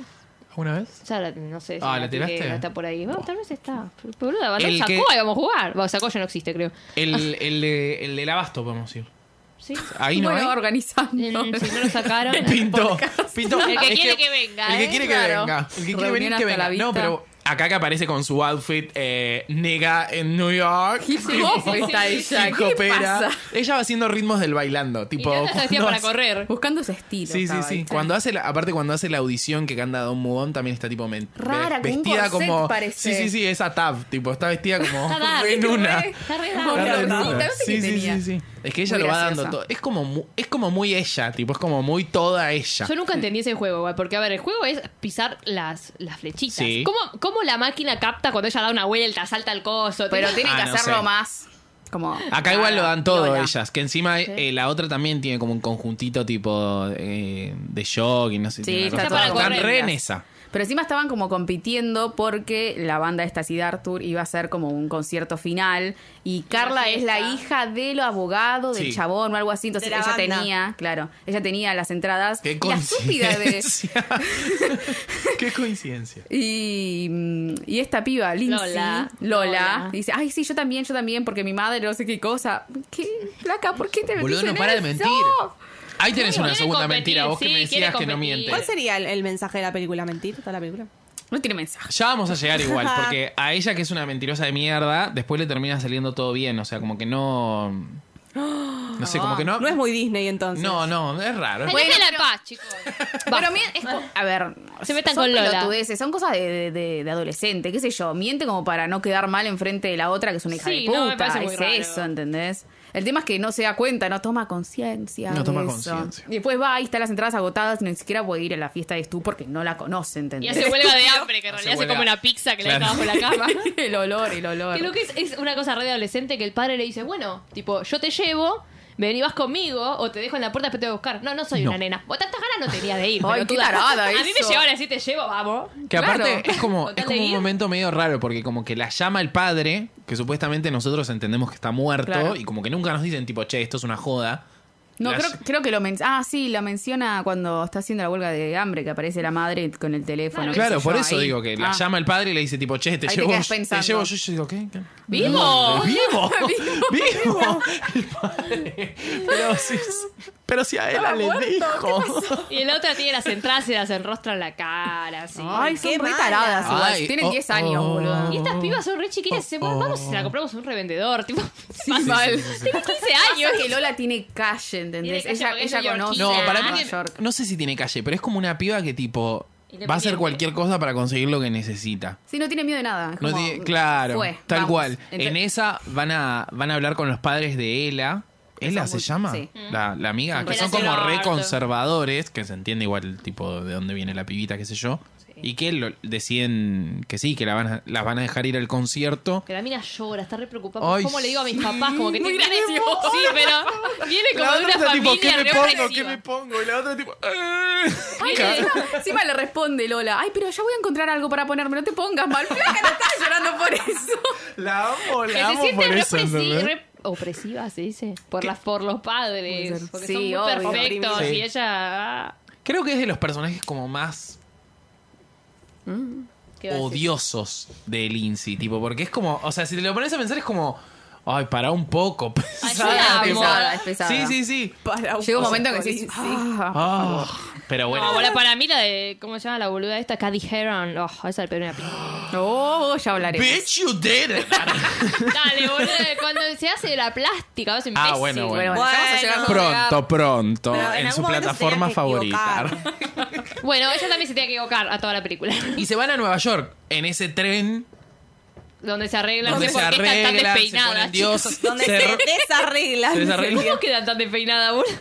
Speaker 1: alguna vez?
Speaker 4: sea, la- no sé si
Speaker 1: Ah, ¿la
Speaker 4: tiré,
Speaker 1: tiraste?
Speaker 4: no está por ahí. Bueno, tal vez está. Pero, Boluda, van a un
Speaker 1: El
Speaker 4: saco
Speaker 1: que-
Speaker 4: y vamos a jugar. Bueno, saco ya no existe, creo.
Speaker 1: El, el, de- el del abasto, podemos ir.
Speaker 4: Sí.
Speaker 1: Ahí no
Speaker 2: bueno,
Speaker 1: hay.
Speaker 2: organizando.
Speaker 4: Mm, Si no lo sacaron.
Speaker 1: Pintó. Pintó.
Speaker 4: El que
Speaker 1: Es
Speaker 4: quiere que venga,
Speaker 1: El que
Speaker 4: ¿eh?
Speaker 1: quiere que
Speaker 2: Claro.
Speaker 1: venga. El que quiere
Speaker 2: Reunión
Speaker 1: venir que
Speaker 2: hasta la
Speaker 1: venga. No,
Speaker 2: vista.
Speaker 1: pero acá que aparece con su outfit eh, nega en New York.
Speaker 2: Hip hop está ella.
Speaker 1: Hip
Speaker 2: ¿Qué
Speaker 1: hopera.
Speaker 2: pasa?
Speaker 1: Ella va haciendo ritmos del bailando.
Speaker 4: Y
Speaker 1: Tipo.
Speaker 4: nada, se hacía
Speaker 1: cuando
Speaker 4: para
Speaker 1: hace-
Speaker 4: correr.
Speaker 2: Buscando ese estilo.
Speaker 1: Sí, sí,
Speaker 2: estaba
Speaker 1: sí.
Speaker 2: ella.
Speaker 1: Cuando hace la, aparte cuando hace la audición que canta Don Mudón también está tipo men-
Speaker 2: Rara,
Speaker 1: ve-
Speaker 2: con un
Speaker 1: vestida
Speaker 2: corset
Speaker 1: como
Speaker 2: parece.
Speaker 1: Sí, sí, sí, esa tab, tipo, está vestida como
Speaker 4: Está dada,
Speaker 1: en
Speaker 4: ¿viste?
Speaker 1: una.
Speaker 4: Está re
Speaker 2: Hola,
Speaker 4: dada.
Speaker 1: Está en
Speaker 2: Hola,
Speaker 1: una.
Speaker 2: Hola.
Speaker 1: Sí, sí,
Speaker 2: Tenía.
Speaker 1: sí, sí. Es que ella
Speaker 2: Muy
Speaker 1: lo va
Speaker 2: graciosa.
Speaker 1: dando todo. Es como mu- es como muy ella, tipo, es como muy toda ella.
Speaker 4: Yo nunca entendí ese juego, güey, porque a ver, el juego es pisar las, las flechitas.
Speaker 1: Sí.
Speaker 4: ¿Cómo, ¿Cómo la máquina capta cuando ella da una vuelta, salta el coso?
Speaker 2: Pero tiene que
Speaker 1: Ah, no
Speaker 2: hacerlo
Speaker 1: sé.
Speaker 2: más. Como. Ah,
Speaker 1: Acá igual lo dan todo
Speaker 2: Viola.
Speaker 1: ellas, que encima eh, la otra también tiene como un conjuntito tipo eh, de jogging, no sé.
Speaker 2: Sí,
Speaker 1: tiene una
Speaker 2: está
Speaker 1: cosa-
Speaker 4: todo para
Speaker 1: Están
Speaker 4: correr,
Speaker 1: re en
Speaker 2: las-
Speaker 1: esa.
Speaker 2: Pero encima estaban como compitiendo porque la banda esta Siddhar Tour iba a ser como un concierto final y Carla es la
Speaker 4: fiesta.
Speaker 2: hija del abogado del
Speaker 1: Sí.
Speaker 2: chabón o algo así, entonces
Speaker 3: De la
Speaker 2: ella
Speaker 3: banda.
Speaker 2: tenía, claro, ella tenía las entradas
Speaker 1: Qué
Speaker 2: y la estúpida de
Speaker 1: coincidencia. Qué coincidencia.
Speaker 2: y, mm, y esta piba, Lindsay,
Speaker 4: Lola.
Speaker 2: Lola,
Speaker 4: Lola.
Speaker 2: dice, ay sí, yo también, yo también, porque mi madre no sé qué cosa. ¿Qué? Placa, ¿por qué te metiste
Speaker 1: Boludo, no
Speaker 2: en
Speaker 1: para de
Speaker 2: eso?
Speaker 1: mentir. Ahí tenés
Speaker 4: Sí,
Speaker 1: una
Speaker 4: quiere
Speaker 1: segunda
Speaker 4: competir,
Speaker 1: mentira, vos que
Speaker 4: sí,
Speaker 1: me decías
Speaker 4: quiere
Speaker 1: que no
Speaker 4: competir.
Speaker 1: miente.
Speaker 4: ¿Cuál
Speaker 3: ¿Cuál sería el, el mensaje de la película? ¿Mentir toda la película?
Speaker 2: No tiene mensaje.
Speaker 1: Ya vamos a llegar igual, porque a ella que es una mentirosa de mierda, después le termina saliendo todo bien, o sea, como que no... No sé, como que no...
Speaker 3: No es muy Disney entonces.
Speaker 1: No, no, es raro. es
Speaker 4: Déjenla en paz, chicos.
Speaker 2: Pero mien- es co- a ver,
Speaker 4: Se metan
Speaker 2: son
Speaker 4: con Lola.
Speaker 2: pelotudeces, son cosas de, de- de- de adolescente, qué sé yo. Miente como para no quedar mal enfrente de la otra que es una hija
Speaker 4: Sí,
Speaker 2: de
Speaker 4: no, me
Speaker 2: puta.
Speaker 4: parece muy
Speaker 2: es
Speaker 4: raro.
Speaker 2: eso, ¿entendés? El tema es que no se da cuenta, no toma conciencia.
Speaker 1: No
Speaker 2: de
Speaker 1: toma
Speaker 2: eso.
Speaker 1: conciencia.
Speaker 2: Y después va, ahí está las entradas agotadas, ni siquiera puede ir a la fiesta de Stu porque no la conoce,
Speaker 4: Y
Speaker 2: ¿entendés?
Speaker 4: hace huelga de hambre, que en
Speaker 1: Hace
Speaker 4: realidad se
Speaker 1: huelga.
Speaker 4: come una pizza que le
Speaker 1: Claro.
Speaker 4: está bajo la cama.
Speaker 2: el olor, el olor.
Speaker 4: Que lo que es, es una cosa re de adolescente que el padre le dice, bueno, tipo, yo te llevo, vení, vas conmigo, o te dejo en la puerta, después te voy a buscar. No, no soy
Speaker 1: No.
Speaker 4: una nena. Vos tantas ganas no tenías de ir.
Speaker 2: Ay,
Speaker 4: pelotuda.
Speaker 2: qué tarada
Speaker 4: A mí me
Speaker 2: eso.
Speaker 4: llevan así, te llevo, vamos.
Speaker 1: Que aparte
Speaker 2: Claro.
Speaker 1: es como,
Speaker 4: Con
Speaker 1: es
Speaker 4: tal
Speaker 1: como
Speaker 4: de
Speaker 1: un
Speaker 4: ir.
Speaker 1: momento medio raro, porque como que la llama el padre, que supuestamente nosotros entendemos que está muerto,
Speaker 2: Claro.
Speaker 1: y como que nunca nos dicen tipo, che, esto es una joda.
Speaker 2: No,
Speaker 1: Las-
Speaker 2: creo, creo que lo menciona. Ah, sí, lo menciona cuando está haciendo la huelga de hambre, que aparece la madre con el teléfono. qué
Speaker 1: Claro,
Speaker 2: sé
Speaker 1: por
Speaker 2: yo,
Speaker 1: eso
Speaker 2: ahí.
Speaker 1: digo que la
Speaker 2: Ah.
Speaker 1: llama el padre y le dice tipo, che, te
Speaker 2: Ahí te
Speaker 1: llevo,
Speaker 2: quedas
Speaker 1: yo- te,
Speaker 2: pensando.
Speaker 1: llevo yo, yo digo, ¿qué? ¿Qué?
Speaker 4: ¡Vivo!
Speaker 1: ¡Vivo! ¡Vivo! El padre. Pero si, pero si a él le dijo.
Speaker 4: Y la otra tiene las entradas y las enrostra en la cara, así.
Speaker 2: Ay,
Speaker 3: Qué
Speaker 2: son re
Speaker 3: mala.
Speaker 2: taradas igual.
Speaker 1: Ay,
Speaker 2: Tienen
Speaker 1: oh,
Speaker 2: 10 años,
Speaker 1: oh.
Speaker 2: boludo.
Speaker 4: Y estas pibas son re chiquitas, se van, vamos y se la compramos a un revendedor, tipo,
Speaker 2: mal.
Speaker 4: tiene 15 años.
Speaker 2: Pasa que Lola tiene calle, ¿entendés?
Speaker 4: Tiene calle
Speaker 2: ella
Speaker 4: porque es
Speaker 2: ella conoce.
Speaker 4: neoyorquina.
Speaker 1: No, para mí,
Speaker 2: Nueva
Speaker 1: tiene-
Speaker 2: York.
Speaker 1: no sé si tiene calle, pero es como una piba que tipo va a hacer
Speaker 4: Independiente.
Speaker 1: cualquier cosa para conseguir lo que necesita.
Speaker 2: Sí, no tiene miedo de nada. es
Speaker 1: No
Speaker 2: como,
Speaker 1: tiene- claro,
Speaker 2: fue,
Speaker 1: tal
Speaker 2: vamos.
Speaker 1: cual.
Speaker 2: Entre-
Speaker 1: en esa van a, van a hablar con los padres de Ela. ¿Ela
Speaker 2: son
Speaker 1: se
Speaker 2: muy-
Speaker 1: llama?
Speaker 2: sí.
Speaker 1: La, la amiga,
Speaker 4: Son
Speaker 1: que son
Speaker 4: re
Speaker 1: como re
Speaker 4: lagarto.
Speaker 1: conservadores, que se entiende igual el tipo de dónde viene la pibita, qué sé yo. Y que lo- deciden que sí, que la van a- las van a dejar ir al concierto.
Speaker 4: Que la mina llora, está re preocupada.
Speaker 1: Ay,
Speaker 4: ¿Cómo le digo a mis
Speaker 1: sí.
Speaker 4: papás? Como que te
Speaker 2: Muy
Speaker 4: viene,
Speaker 2: gracioso.
Speaker 4: Sí, pero viene como de una
Speaker 1: está
Speaker 4: familia represiva.
Speaker 1: pongo? Y la otra tipo...
Speaker 2: Ay, encima- Encima le responde Lola. Ay, pero ya voy a encontrar algo para ponerme. No te pongas mal. Flaca, no estás llorando por eso.
Speaker 1: La amo,
Speaker 4: Que se siente represi- re- opresiva, se dice. Por, las, por los
Speaker 2: Puede
Speaker 4: padres.
Speaker 2: ser.
Speaker 4: Porque
Speaker 2: Sí,
Speaker 4: son muy
Speaker 2: obvio.
Speaker 4: perfectos.
Speaker 1: Sí.
Speaker 4: Y ella. ah,
Speaker 1: Creo que es de los personajes como más
Speaker 4: ¿qué va a decir?
Speaker 1: odiosos de Lindsay, tipo, porque es como, o sea, si te lo pones a pensar es como, ay, para un poco,
Speaker 4: la
Speaker 1: pesada,
Speaker 4: amo.
Speaker 1: tipo.
Speaker 2: Pesada, es pesada.
Speaker 1: Sí, sí, sí.
Speaker 3: Para
Speaker 2: Llega un momento que decís. "Ah,
Speaker 1: Ah, pero bueno,
Speaker 4: No, bueno, para mí la de. ¿Cómo se llama la boluda esta? Caddy Heron. Oh, esa es la primera.
Speaker 2: Oh, ya hablaremos.
Speaker 1: bitch, you did it.
Speaker 4: Dale, boluda. Cuando se hace de la plástica, vas imbécil.
Speaker 1: Ah, bueno,
Speaker 2: Bueno,
Speaker 1: bueno.
Speaker 2: bueno, ya vamos a llegar-
Speaker 3: Bueno.
Speaker 1: Pronto, pronto,
Speaker 3: Pero en
Speaker 1: en su
Speaker 3: algún momento se tenía
Speaker 1: plataforma
Speaker 3: que
Speaker 1: favorita.
Speaker 3: equivocar.
Speaker 4: Bueno, ella también se tiene que equivocar a toda la película.
Speaker 1: Y se van a Nueva York en ese tren
Speaker 4: donde se arreglan,
Speaker 1: donde
Speaker 4: no
Speaker 1: se
Speaker 4: sé por qué están
Speaker 1: arreglan, se
Speaker 4: tan
Speaker 1: ponen
Speaker 4: despeinadas.
Speaker 1: diosas.
Speaker 3: Donde se,
Speaker 1: se-
Speaker 3: desarreglan.
Speaker 1: se
Speaker 4: chicos.
Speaker 1: desarreglan.
Speaker 4: ¿Cómo quedan tan despeinadas, boludo?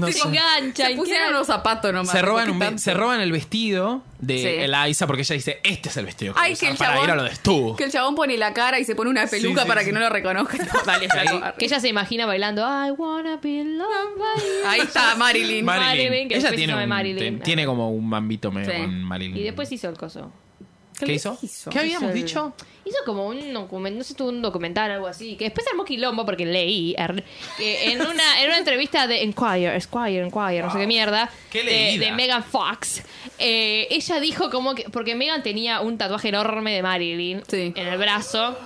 Speaker 1: No
Speaker 4: se
Speaker 1: sé.
Speaker 4: enganchan.
Speaker 2: Se pusieron los zapatos nomás.
Speaker 1: Se roban,
Speaker 2: porque
Speaker 1: un,
Speaker 2: tanto.
Speaker 1: ve- se roban el vestido de
Speaker 2: Sí.
Speaker 1: el Aiza porque ella dice, este es el vestido que voy a
Speaker 2: Ay, que
Speaker 1: usar
Speaker 2: el
Speaker 1: para
Speaker 2: chabón.
Speaker 1: ir a lo de Stu.
Speaker 2: Que el chabón pone la cara y se pone una
Speaker 1: Sí,
Speaker 2: peluca
Speaker 1: sí,
Speaker 2: para
Speaker 1: sí.
Speaker 2: que no lo reconozca. Dale,
Speaker 1: Ahí-
Speaker 2: flaco,
Speaker 4: Que
Speaker 2: arre.
Speaker 4: ella se imagina bailando I wanna be loved by you.
Speaker 2: Ahí está Marilyn.
Speaker 4: Ma-
Speaker 1: Marilyn.
Speaker 4: Marilyn,
Speaker 1: ella
Speaker 4: que después se
Speaker 1: tiene,
Speaker 4: llama
Speaker 1: un-
Speaker 4: Marilyn.
Speaker 1: te- tiene como un bambito medio
Speaker 2: Sí.
Speaker 1: con Marilyn.
Speaker 4: Y después hizo el coso.
Speaker 1: ¿Qué, hizo?
Speaker 3: hizo?
Speaker 1: ¿Qué habíamos
Speaker 4: Hizo el-
Speaker 1: dicho?
Speaker 4: Hizo como un documental, no sé, tuvo un documental algo así, que después armó quilombo porque leí ar- que en una en una entrevista de Enquire, Esquire, Enquire, no sé qué mierda,
Speaker 1: Qué
Speaker 4: de,
Speaker 1: leída.
Speaker 4: de Megan Fox, eh, ella dijo como que porque Megan tenía un tatuaje enorme de Marilyn
Speaker 2: Sí.
Speaker 4: en el brazo.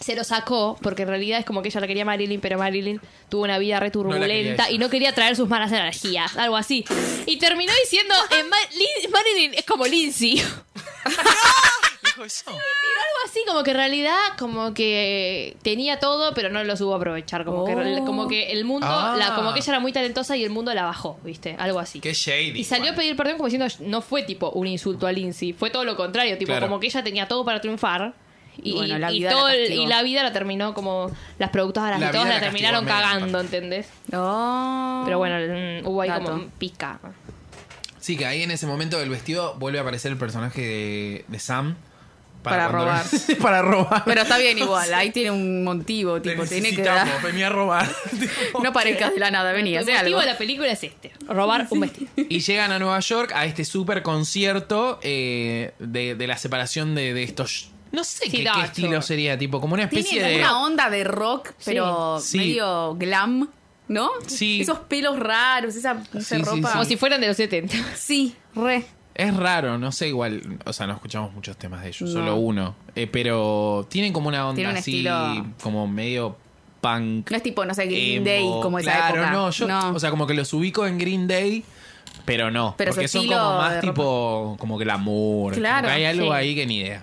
Speaker 4: Se lo sacó porque en realidad es como que ella la quería a Marilyn, pero Marilyn tuvo una vida re
Speaker 1: la quería
Speaker 4: turbulenta
Speaker 1: ella.
Speaker 4: y no quería traer sus malas energías, algo así. Y terminó diciendo, eh, Ma- Lin- Marilyn es como Lindsay.
Speaker 1: Dijo eso.
Speaker 4: Algo así, como que en realidad, como que tenía todo, pero no lo supo aprovechar. Como, que,
Speaker 2: Oh.
Speaker 4: como que el mundo,
Speaker 1: Ah.
Speaker 4: la, como que ella era muy talentosa y el mundo la bajó, ¿viste? Algo así.
Speaker 1: Qué shady.
Speaker 4: y salió a
Speaker 1: igual.
Speaker 4: pedir perdón como diciendo, no fue tipo un insulto a Lindsay, fue todo lo contrario, tipo
Speaker 1: Claro.
Speaker 4: como que ella tenía todo para triunfar. Y,
Speaker 2: Y bueno, la
Speaker 4: y
Speaker 2: vida la
Speaker 4: todo el-
Speaker 2: castigó.
Speaker 4: y la vida la terminó como las productoras
Speaker 1: La
Speaker 4: y
Speaker 1: vida
Speaker 4: todas la,
Speaker 1: la castigó a
Speaker 4: terminaron
Speaker 1: Megan,
Speaker 4: cagando,
Speaker 1: aparte.
Speaker 4: ¿entendés?
Speaker 2: No.
Speaker 4: Pero bueno, mm, hubo ahí
Speaker 2: Ah. Dato.
Speaker 4: como pica.
Speaker 1: Sí, que ahí en ese momento del vestido vuelve a aparecer el personaje de, de Sam.
Speaker 2: Para
Speaker 1: cuando-
Speaker 2: robar.
Speaker 1: para robar.
Speaker 2: Pero está bien igual, ahí tiene un motivo, tipo,
Speaker 1: Te
Speaker 2: tiene que
Speaker 1: necesitamos,
Speaker 2: dar-
Speaker 1: vení a robar.
Speaker 2: No parezcas de la nada, vení,
Speaker 4: el
Speaker 2: hace
Speaker 4: motivo
Speaker 2: algo.
Speaker 4: de la película es este, robar un vestido.
Speaker 1: y llegan a Nueva York a este super concierto eh, de, de la separación de, de estos. No sé qué, qué
Speaker 4: Sidacho.
Speaker 1: estilo sería, tipo, como una especie
Speaker 2: Tiene
Speaker 1: de.
Speaker 2: una onda de rock, pero
Speaker 1: Sí.
Speaker 2: medio glam, ¿no?
Speaker 1: Sí.
Speaker 2: Esos pelos raros, esa, esa
Speaker 1: Sí, sí,
Speaker 2: ropa.
Speaker 4: Como
Speaker 1: sí.
Speaker 4: si fueran de los 70.
Speaker 2: Sí, re.
Speaker 1: Es raro, no sé igual. O sea, no escuchamos muchos temas de ellos,
Speaker 2: No.
Speaker 1: solo uno. Eh, pero tienen como una onda
Speaker 2: Tiene un
Speaker 1: así,
Speaker 2: estilo-
Speaker 1: como medio punk.
Speaker 2: No es tipo, no sé, Green
Speaker 1: emo,
Speaker 2: Day como esa
Speaker 1: claro,
Speaker 2: época.
Speaker 1: no, yo, o sea, como que los ubico en Green Day, pero no.
Speaker 2: Pero su
Speaker 1: porque son
Speaker 2: estilo
Speaker 1: como
Speaker 2: de
Speaker 1: más
Speaker 2: ropa.
Speaker 1: tipo, como glamour. como
Speaker 2: Claro,
Speaker 1: que hay algo
Speaker 4: sí.
Speaker 1: ahí que ni idea.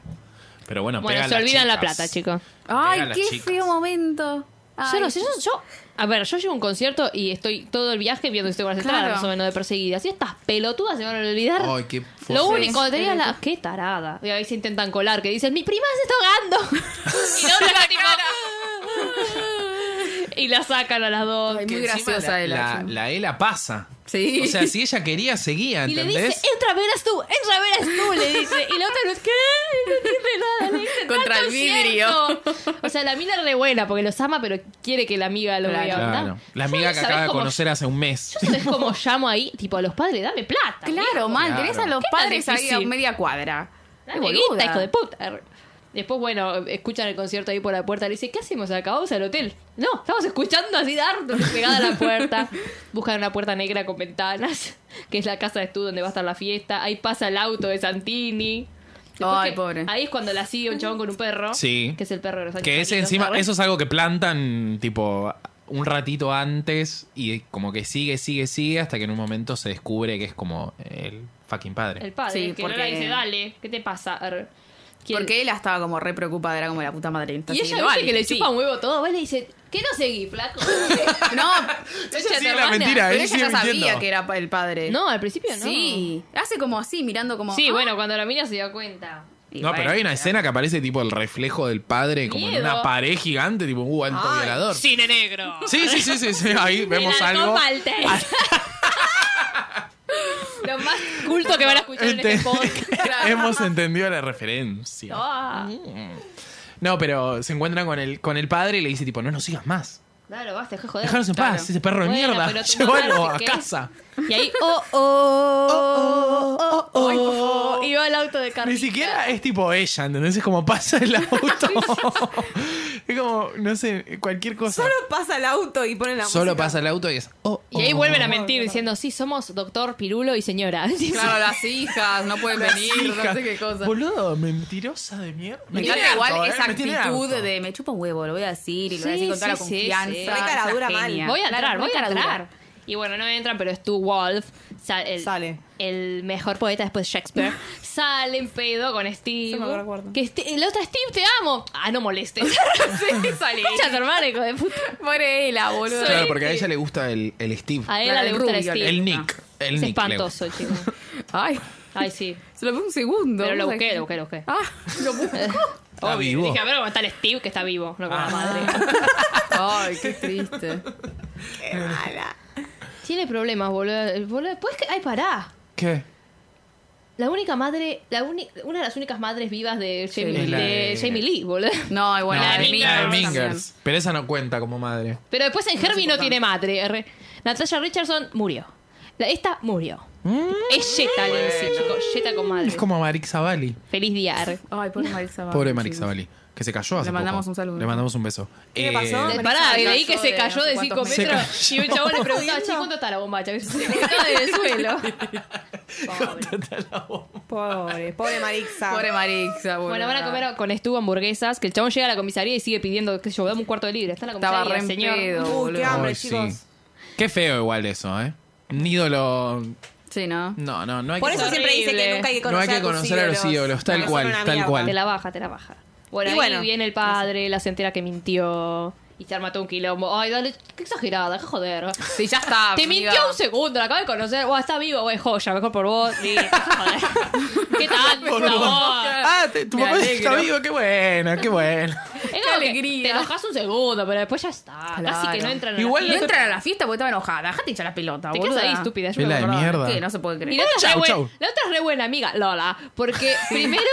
Speaker 1: Pero bueno, pega
Speaker 4: Bueno,
Speaker 1: a
Speaker 4: se
Speaker 1: las
Speaker 4: olvidan la
Speaker 1: chicas.
Speaker 4: plata, chicos.
Speaker 2: Ay,
Speaker 1: Pega a las
Speaker 2: qué
Speaker 1: chicas.
Speaker 2: feo momento.
Speaker 4: Yo
Speaker 2: Ay.
Speaker 4: no sé, yo, yo- A ver, yo llevo a un concierto y estoy todo el viaje viendo que estoy con las
Speaker 2: Claro.
Speaker 4: entradas más o menos de perseguidas. Y estas pelotudas se van a olvidar.
Speaker 1: Ay, qué
Speaker 4: Lo
Speaker 1: fuerte.
Speaker 4: único que tenía la. ¡Qué tarada! Y ahí se intentan colar, que dicen: ¡Mi prima se está ahogando! y la otra tipo. y la sacan a las dos.
Speaker 2: Ay,
Speaker 1: Que
Speaker 2: Muy
Speaker 1: encima
Speaker 2: graciosa
Speaker 1: la,
Speaker 2: de la
Speaker 1: la,
Speaker 2: acción.
Speaker 1: la ELA pasa.
Speaker 2: Sí.
Speaker 1: O sea, si ella quería, seguía,
Speaker 4: Y le
Speaker 1: ¿entendés?
Speaker 4: dice, entra, verás tú, entra, verás tú, le dice. Y la otra no es que, no entiende nada, le dice, "Entra
Speaker 2: Contra
Speaker 4: al
Speaker 2: el vidrio".
Speaker 4: concierto". O sea, la mina es re buena porque los ama, pero quiere que la amiga lo
Speaker 2: Claro.
Speaker 4: vea, ¿verdad?
Speaker 1: Claro. La amiga que acaba de conocer hace un mes.
Speaker 4: Es como llamo ahí, tipo, a los padres, dame plata.
Speaker 2: Claro, mal, tenés a
Speaker 1: Claro.
Speaker 2: los
Speaker 4: Qué tan
Speaker 2: padres ahí a
Speaker 4: difícil.
Speaker 2: media cuadra.
Speaker 4: Dame
Speaker 2: Qué
Speaker 4: guita,
Speaker 2: boluda.
Speaker 4: hijo de puta. Después, bueno, escuchan el concierto ahí por la puerta. Le dice, ¿qué hacemos acá? Vamos al hotel. No, estamos escuchando así dar pegada a la puerta. Buscan una puerta negra con ventanas, que es la casa de estudio donde va a estar la fiesta. Ahí pasa el auto de Santini.
Speaker 2: Ay,
Speaker 4: que-
Speaker 2: pobre.
Speaker 4: Ahí es cuando la sigue un chabón con un perro.
Speaker 1: Sí.
Speaker 4: Que es el perro de los
Speaker 1: Que
Speaker 4: Ángeles
Speaker 1: ese
Speaker 4: Azules,
Speaker 1: encima,
Speaker 4: ¿no?
Speaker 1: eso es algo que plantan tipo un ratito antes y como que sigue, sigue, sigue hasta que en un momento se descubre que es como el fucking padre.
Speaker 4: El padre,
Speaker 2: Sí,
Speaker 4: que
Speaker 2: porque-
Speaker 4: Lola dice, dale, ¿qué te pasa? Er, ¿quién-
Speaker 2: Porque él estaba como re preocupada, era como la puta madre. está
Speaker 4: Y ella
Speaker 2: siguiendo
Speaker 4: dice
Speaker 2: a
Speaker 4: que le
Speaker 2: alguien.
Speaker 4: chupa un huevo todo, va y le dice, ¿qué no seguí, flaco?
Speaker 2: Sí. No,
Speaker 4: Ella
Speaker 1: sigue
Speaker 4: te
Speaker 1: la
Speaker 4: manda.
Speaker 1: mentira.
Speaker 2: pero
Speaker 1: él
Speaker 2: ella
Speaker 1: sigue
Speaker 2: ya sabía
Speaker 1: mintiendo.
Speaker 2: que era pa- el padre.
Speaker 4: No, al principio no.
Speaker 2: Sí. Hace como así, mirando como.
Speaker 4: Sí,
Speaker 2: ah.
Speaker 4: bueno, cuando la mina se dio cuenta.
Speaker 2: Y
Speaker 1: No, pero
Speaker 2: bueno,
Speaker 1: hay una escena que aparece tipo el reflejo del padre como en
Speaker 4: Miedo.
Speaker 1: una pared gigante, tipo, uh, alto violador.
Speaker 4: Cine negro.
Speaker 1: Sí, sí, sí, sí, sí, ahí vemos
Speaker 4: El
Speaker 1: algo.
Speaker 4: Maltés. Lo más culto que van a escuchar en
Speaker 1: Ente-
Speaker 4: este podcast.
Speaker 1: Hemos entendido la referencia.
Speaker 4: Ah,
Speaker 1: No, pero se encuentran con el, con el padre y le dice tipo, no nos sigas más.
Speaker 4: Claro, basta, dejá de joder.
Speaker 1: Dejaros en
Speaker 4: Claro.
Speaker 1: paz, ese perro de
Speaker 4: Bueno,
Speaker 1: mierda.
Speaker 4: pero tu
Speaker 1: Llévalo
Speaker 4: mamá,
Speaker 1: a
Speaker 4: no sé qué.
Speaker 1: casa.
Speaker 4: Y ahí, oh, oh, oh, oh, Ay, por favor. Y va el auto de Carlita.
Speaker 1: Ni siquiera es tipo ella, ¿entendés? Es como pasa el auto. es como, no sé, cualquier cosa.
Speaker 3: Solo pasa el auto y ponen la
Speaker 1: Solo
Speaker 3: música.
Speaker 1: pasa el auto y es. oh,
Speaker 4: Y ahí
Speaker 1: oh.
Speaker 4: vuelven a mentir diciendo, sí, somos doctor Pirulo y señora.
Speaker 2: Claro, las hijas, no pueden
Speaker 1: Las
Speaker 2: venir, no
Speaker 1: hijas.
Speaker 2: sé qué cosa.
Speaker 1: Boludo, mentirosa de mierda.
Speaker 2: Me
Speaker 1: tiene
Speaker 2: encanta
Speaker 1: harto,
Speaker 2: igual
Speaker 1: eh,
Speaker 2: esa
Speaker 1: me tiene
Speaker 2: actitud
Speaker 1: harto.
Speaker 2: de me chupa un huevo, lo voy a decir y lo voy a
Speaker 4: Sí,
Speaker 2: decir con toda la
Speaker 4: sí, sí,
Speaker 2: confianza.
Speaker 4: sí.
Speaker 2: Es
Speaker 3: Re caradura,
Speaker 2: una
Speaker 3: mal.
Speaker 2: genia.
Speaker 4: Voy a
Speaker 2: Claro,
Speaker 4: entrar,
Speaker 2: re
Speaker 4: voy a
Speaker 2: caradura.
Speaker 4: entrar. Y bueno, no entran, pero Stu Wolf, sa- el,
Speaker 3: Sale.
Speaker 4: el mejor poeta después de Shakespeare, sale en pedo con Steve.
Speaker 3: Se me acuerdo.
Speaker 4: que Ste- la otra Steve, te amo. Ah, no molestes. sí, salí. Ya, tu hermano, hijo de puta.
Speaker 2: Pobre la boludo.
Speaker 1: Claro, porque a ella le gusta el, el Steve.
Speaker 4: A ella
Speaker 2: Claro,
Speaker 4: le
Speaker 2: el
Speaker 4: gusta el
Speaker 2: rubio,
Speaker 4: Steve.
Speaker 1: el Nick. El
Speaker 4: es
Speaker 1: Nick.
Speaker 4: espantoso, chico.
Speaker 2: Ay,
Speaker 4: Ay, sí.
Speaker 2: se lo ve un segundo.
Speaker 4: Pero lo
Speaker 2: O sea
Speaker 4: busqué,
Speaker 2: que-
Speaker 4: lo busqué, lo busqué.
Speaker 2: Ah, lo busqué.
Speaker 1: le gusta. Está vivo. Ah.
Speaker 4: Dije, a ver, ¿cómo está el Steve que está vivo? No con la madre.
Speaker 2: Ay, qué triste.
Speaker 4: Tiene problemas, boludo. boludo. Después que. ¡Ay, pará!
Speaker 1: ¿Qué?
Speaker 4: La única madre. La uni- una de las únicas madres vivas de Jamie,
Speaker 1: Es la
Speaker 4: de
Speaker 1: de-
Speaker 4: Jamie Lee, boludo.
Speaker 6: No, y bueno,
Speaker 1: No,
Speaker 6: la de
Speaker 1: es
Speaker 6: Mingers
Speaker 1: la de
Speaker 6: también.
Speaker 1: Mingers. Pero esa no cuenta como madre.
Speaker 4: Pero después en Herbie no tiene madre. R. Natasha Richardson murió. La, esta murió. Es Jetta, le dice, chicos. Jetta con madre.
Speaker 1: Es como Marix Zavali.
Speaker 4: Feliz día, R.
Speaker 2: Ay, pobre Marisa Bali,
Speaker 1: Pobre Marix
Speaker 2: chicos.
Speaker 1: Zavali. Que se cayó hace
Speaker 2: Le mandamos
Speaker 1: poco.
Speaker 2: un saludo.
Speaker 1: Le mandamos un beso. Eh,
Speaker 3: ¿Qué le
Speaker 1: Ah,
Speaker 3: pasó? Marisa
Speaker 4: Pará, y
Speaker 2: se
Speaker 4: de ahí que
Speaker 2: cayó
Speaker 4: se
Speaker 2: de
Speaker 4: cayó
Speaker 2: no sé
Speaker 4: de 5
Speaker 2: cuántos
Speaker 4: metros. Y un chabón le preguntaba,
Speaker 3: jodiendo.
Speaker 4: che, ¿cuánto está la bombacha? Que se cayó del suelo. Pobre.
Speaker 3: Pobre, pobre Marixa.
Speaker 2: Pobre Marixa, boludo.
Speaker 4: Bueno, van a comer con estuvo hamburguesas, que el chabón llega a la comisaría y sigue pidiendo, qué sé yo, dame un cuarto de libre. Está en la
Speaker 2: Estaba
Speaker 4: comisaría,
Speaker 2: re en
Speaker 4: señor. Uh,
Speaker 2: pedo,
Speaker 3: Uy,
Speaker 2: boludo.
Speaker 3: qué hambre,
Speaker 1: Ay, sí.
Speaker 3: chicos.
Speaker 1: Qué feo igual eso, ¿eh? Un ídolo...
Speaker 2: Sí, ¿no?
Speaker 1: No, no, no hay
Speaker 3: Por
Speaker 1: que
Speaker 3: eso
Speaker 1: conocer-
Speaker 3: siempre dice que
Speaker 4: horrible.
Speaker 3: nunca hay que
Speaker 1: No hay
Speaker 3: conocer,
Speaker 1: que conocer a los ídolos, tal
Speaker 3: Porque son
Speaker 1: cual,
Speaker 3: una
Speaker 1: tal
Speaker 3: mierda.
Speaker 1: cual.
Speaker 4: Te la baja, te la baja. Bueno,
Speaker 3: Y
Speaker 4: ahí
Speaker 3: bueno.
Speaker 4: viene el padre, la se entera que mintió y se arma todo un quilombo. Ay, dale, qué exagerada, qué joder.
Speaker 2: Sí, ya está.
Speaker 4: Te
Speaker 2: Ah, amiga.
Speaker 4: mintió un segundo, la acabo de conocer. Buah, está vivo, güey, joya, mejor por vos. Sí, joder. ¿Qué tal? Por favor.
Speaker 1: Ah, te- tu
Speaker 2: Me
Speaker 1: papá está
Speaker 2: alegro.
Speaker 1: vivo, qué bueno, qué bueno.
Speaker 4: Es como que
Speaker 2: alegría.
Speaker 4: Te enojas un segundo, pero después ya está. Casi que
Speaker 2: Claro.
Speaker 4: no entran a
Speaker 1: Igual
Speaker 4: la
Speaker 2: No
Speaker 4: fiesta.
Speaker 2: entran a la fiesta porque estaba enojada. Dejate hinchar la pelota,
Speaker 4: Te
Speaker 2: boluda.
Speaker 4: quedas ahí, estúpida. yo me
Speaker 1: Vela de
Speaker 4: acordaba.
Speaker 1: mierda.
Speaker 2: ¿Qué? No se puede
Speaker 4: Y
Speaker 2: creer.
Speaker 4: la otra, es re
Speaker 1: Chau,
Speaker 4: buena-
Speaker 1: chau.
Speaker 4: la otra es re buena amiga, Lola. Porque primero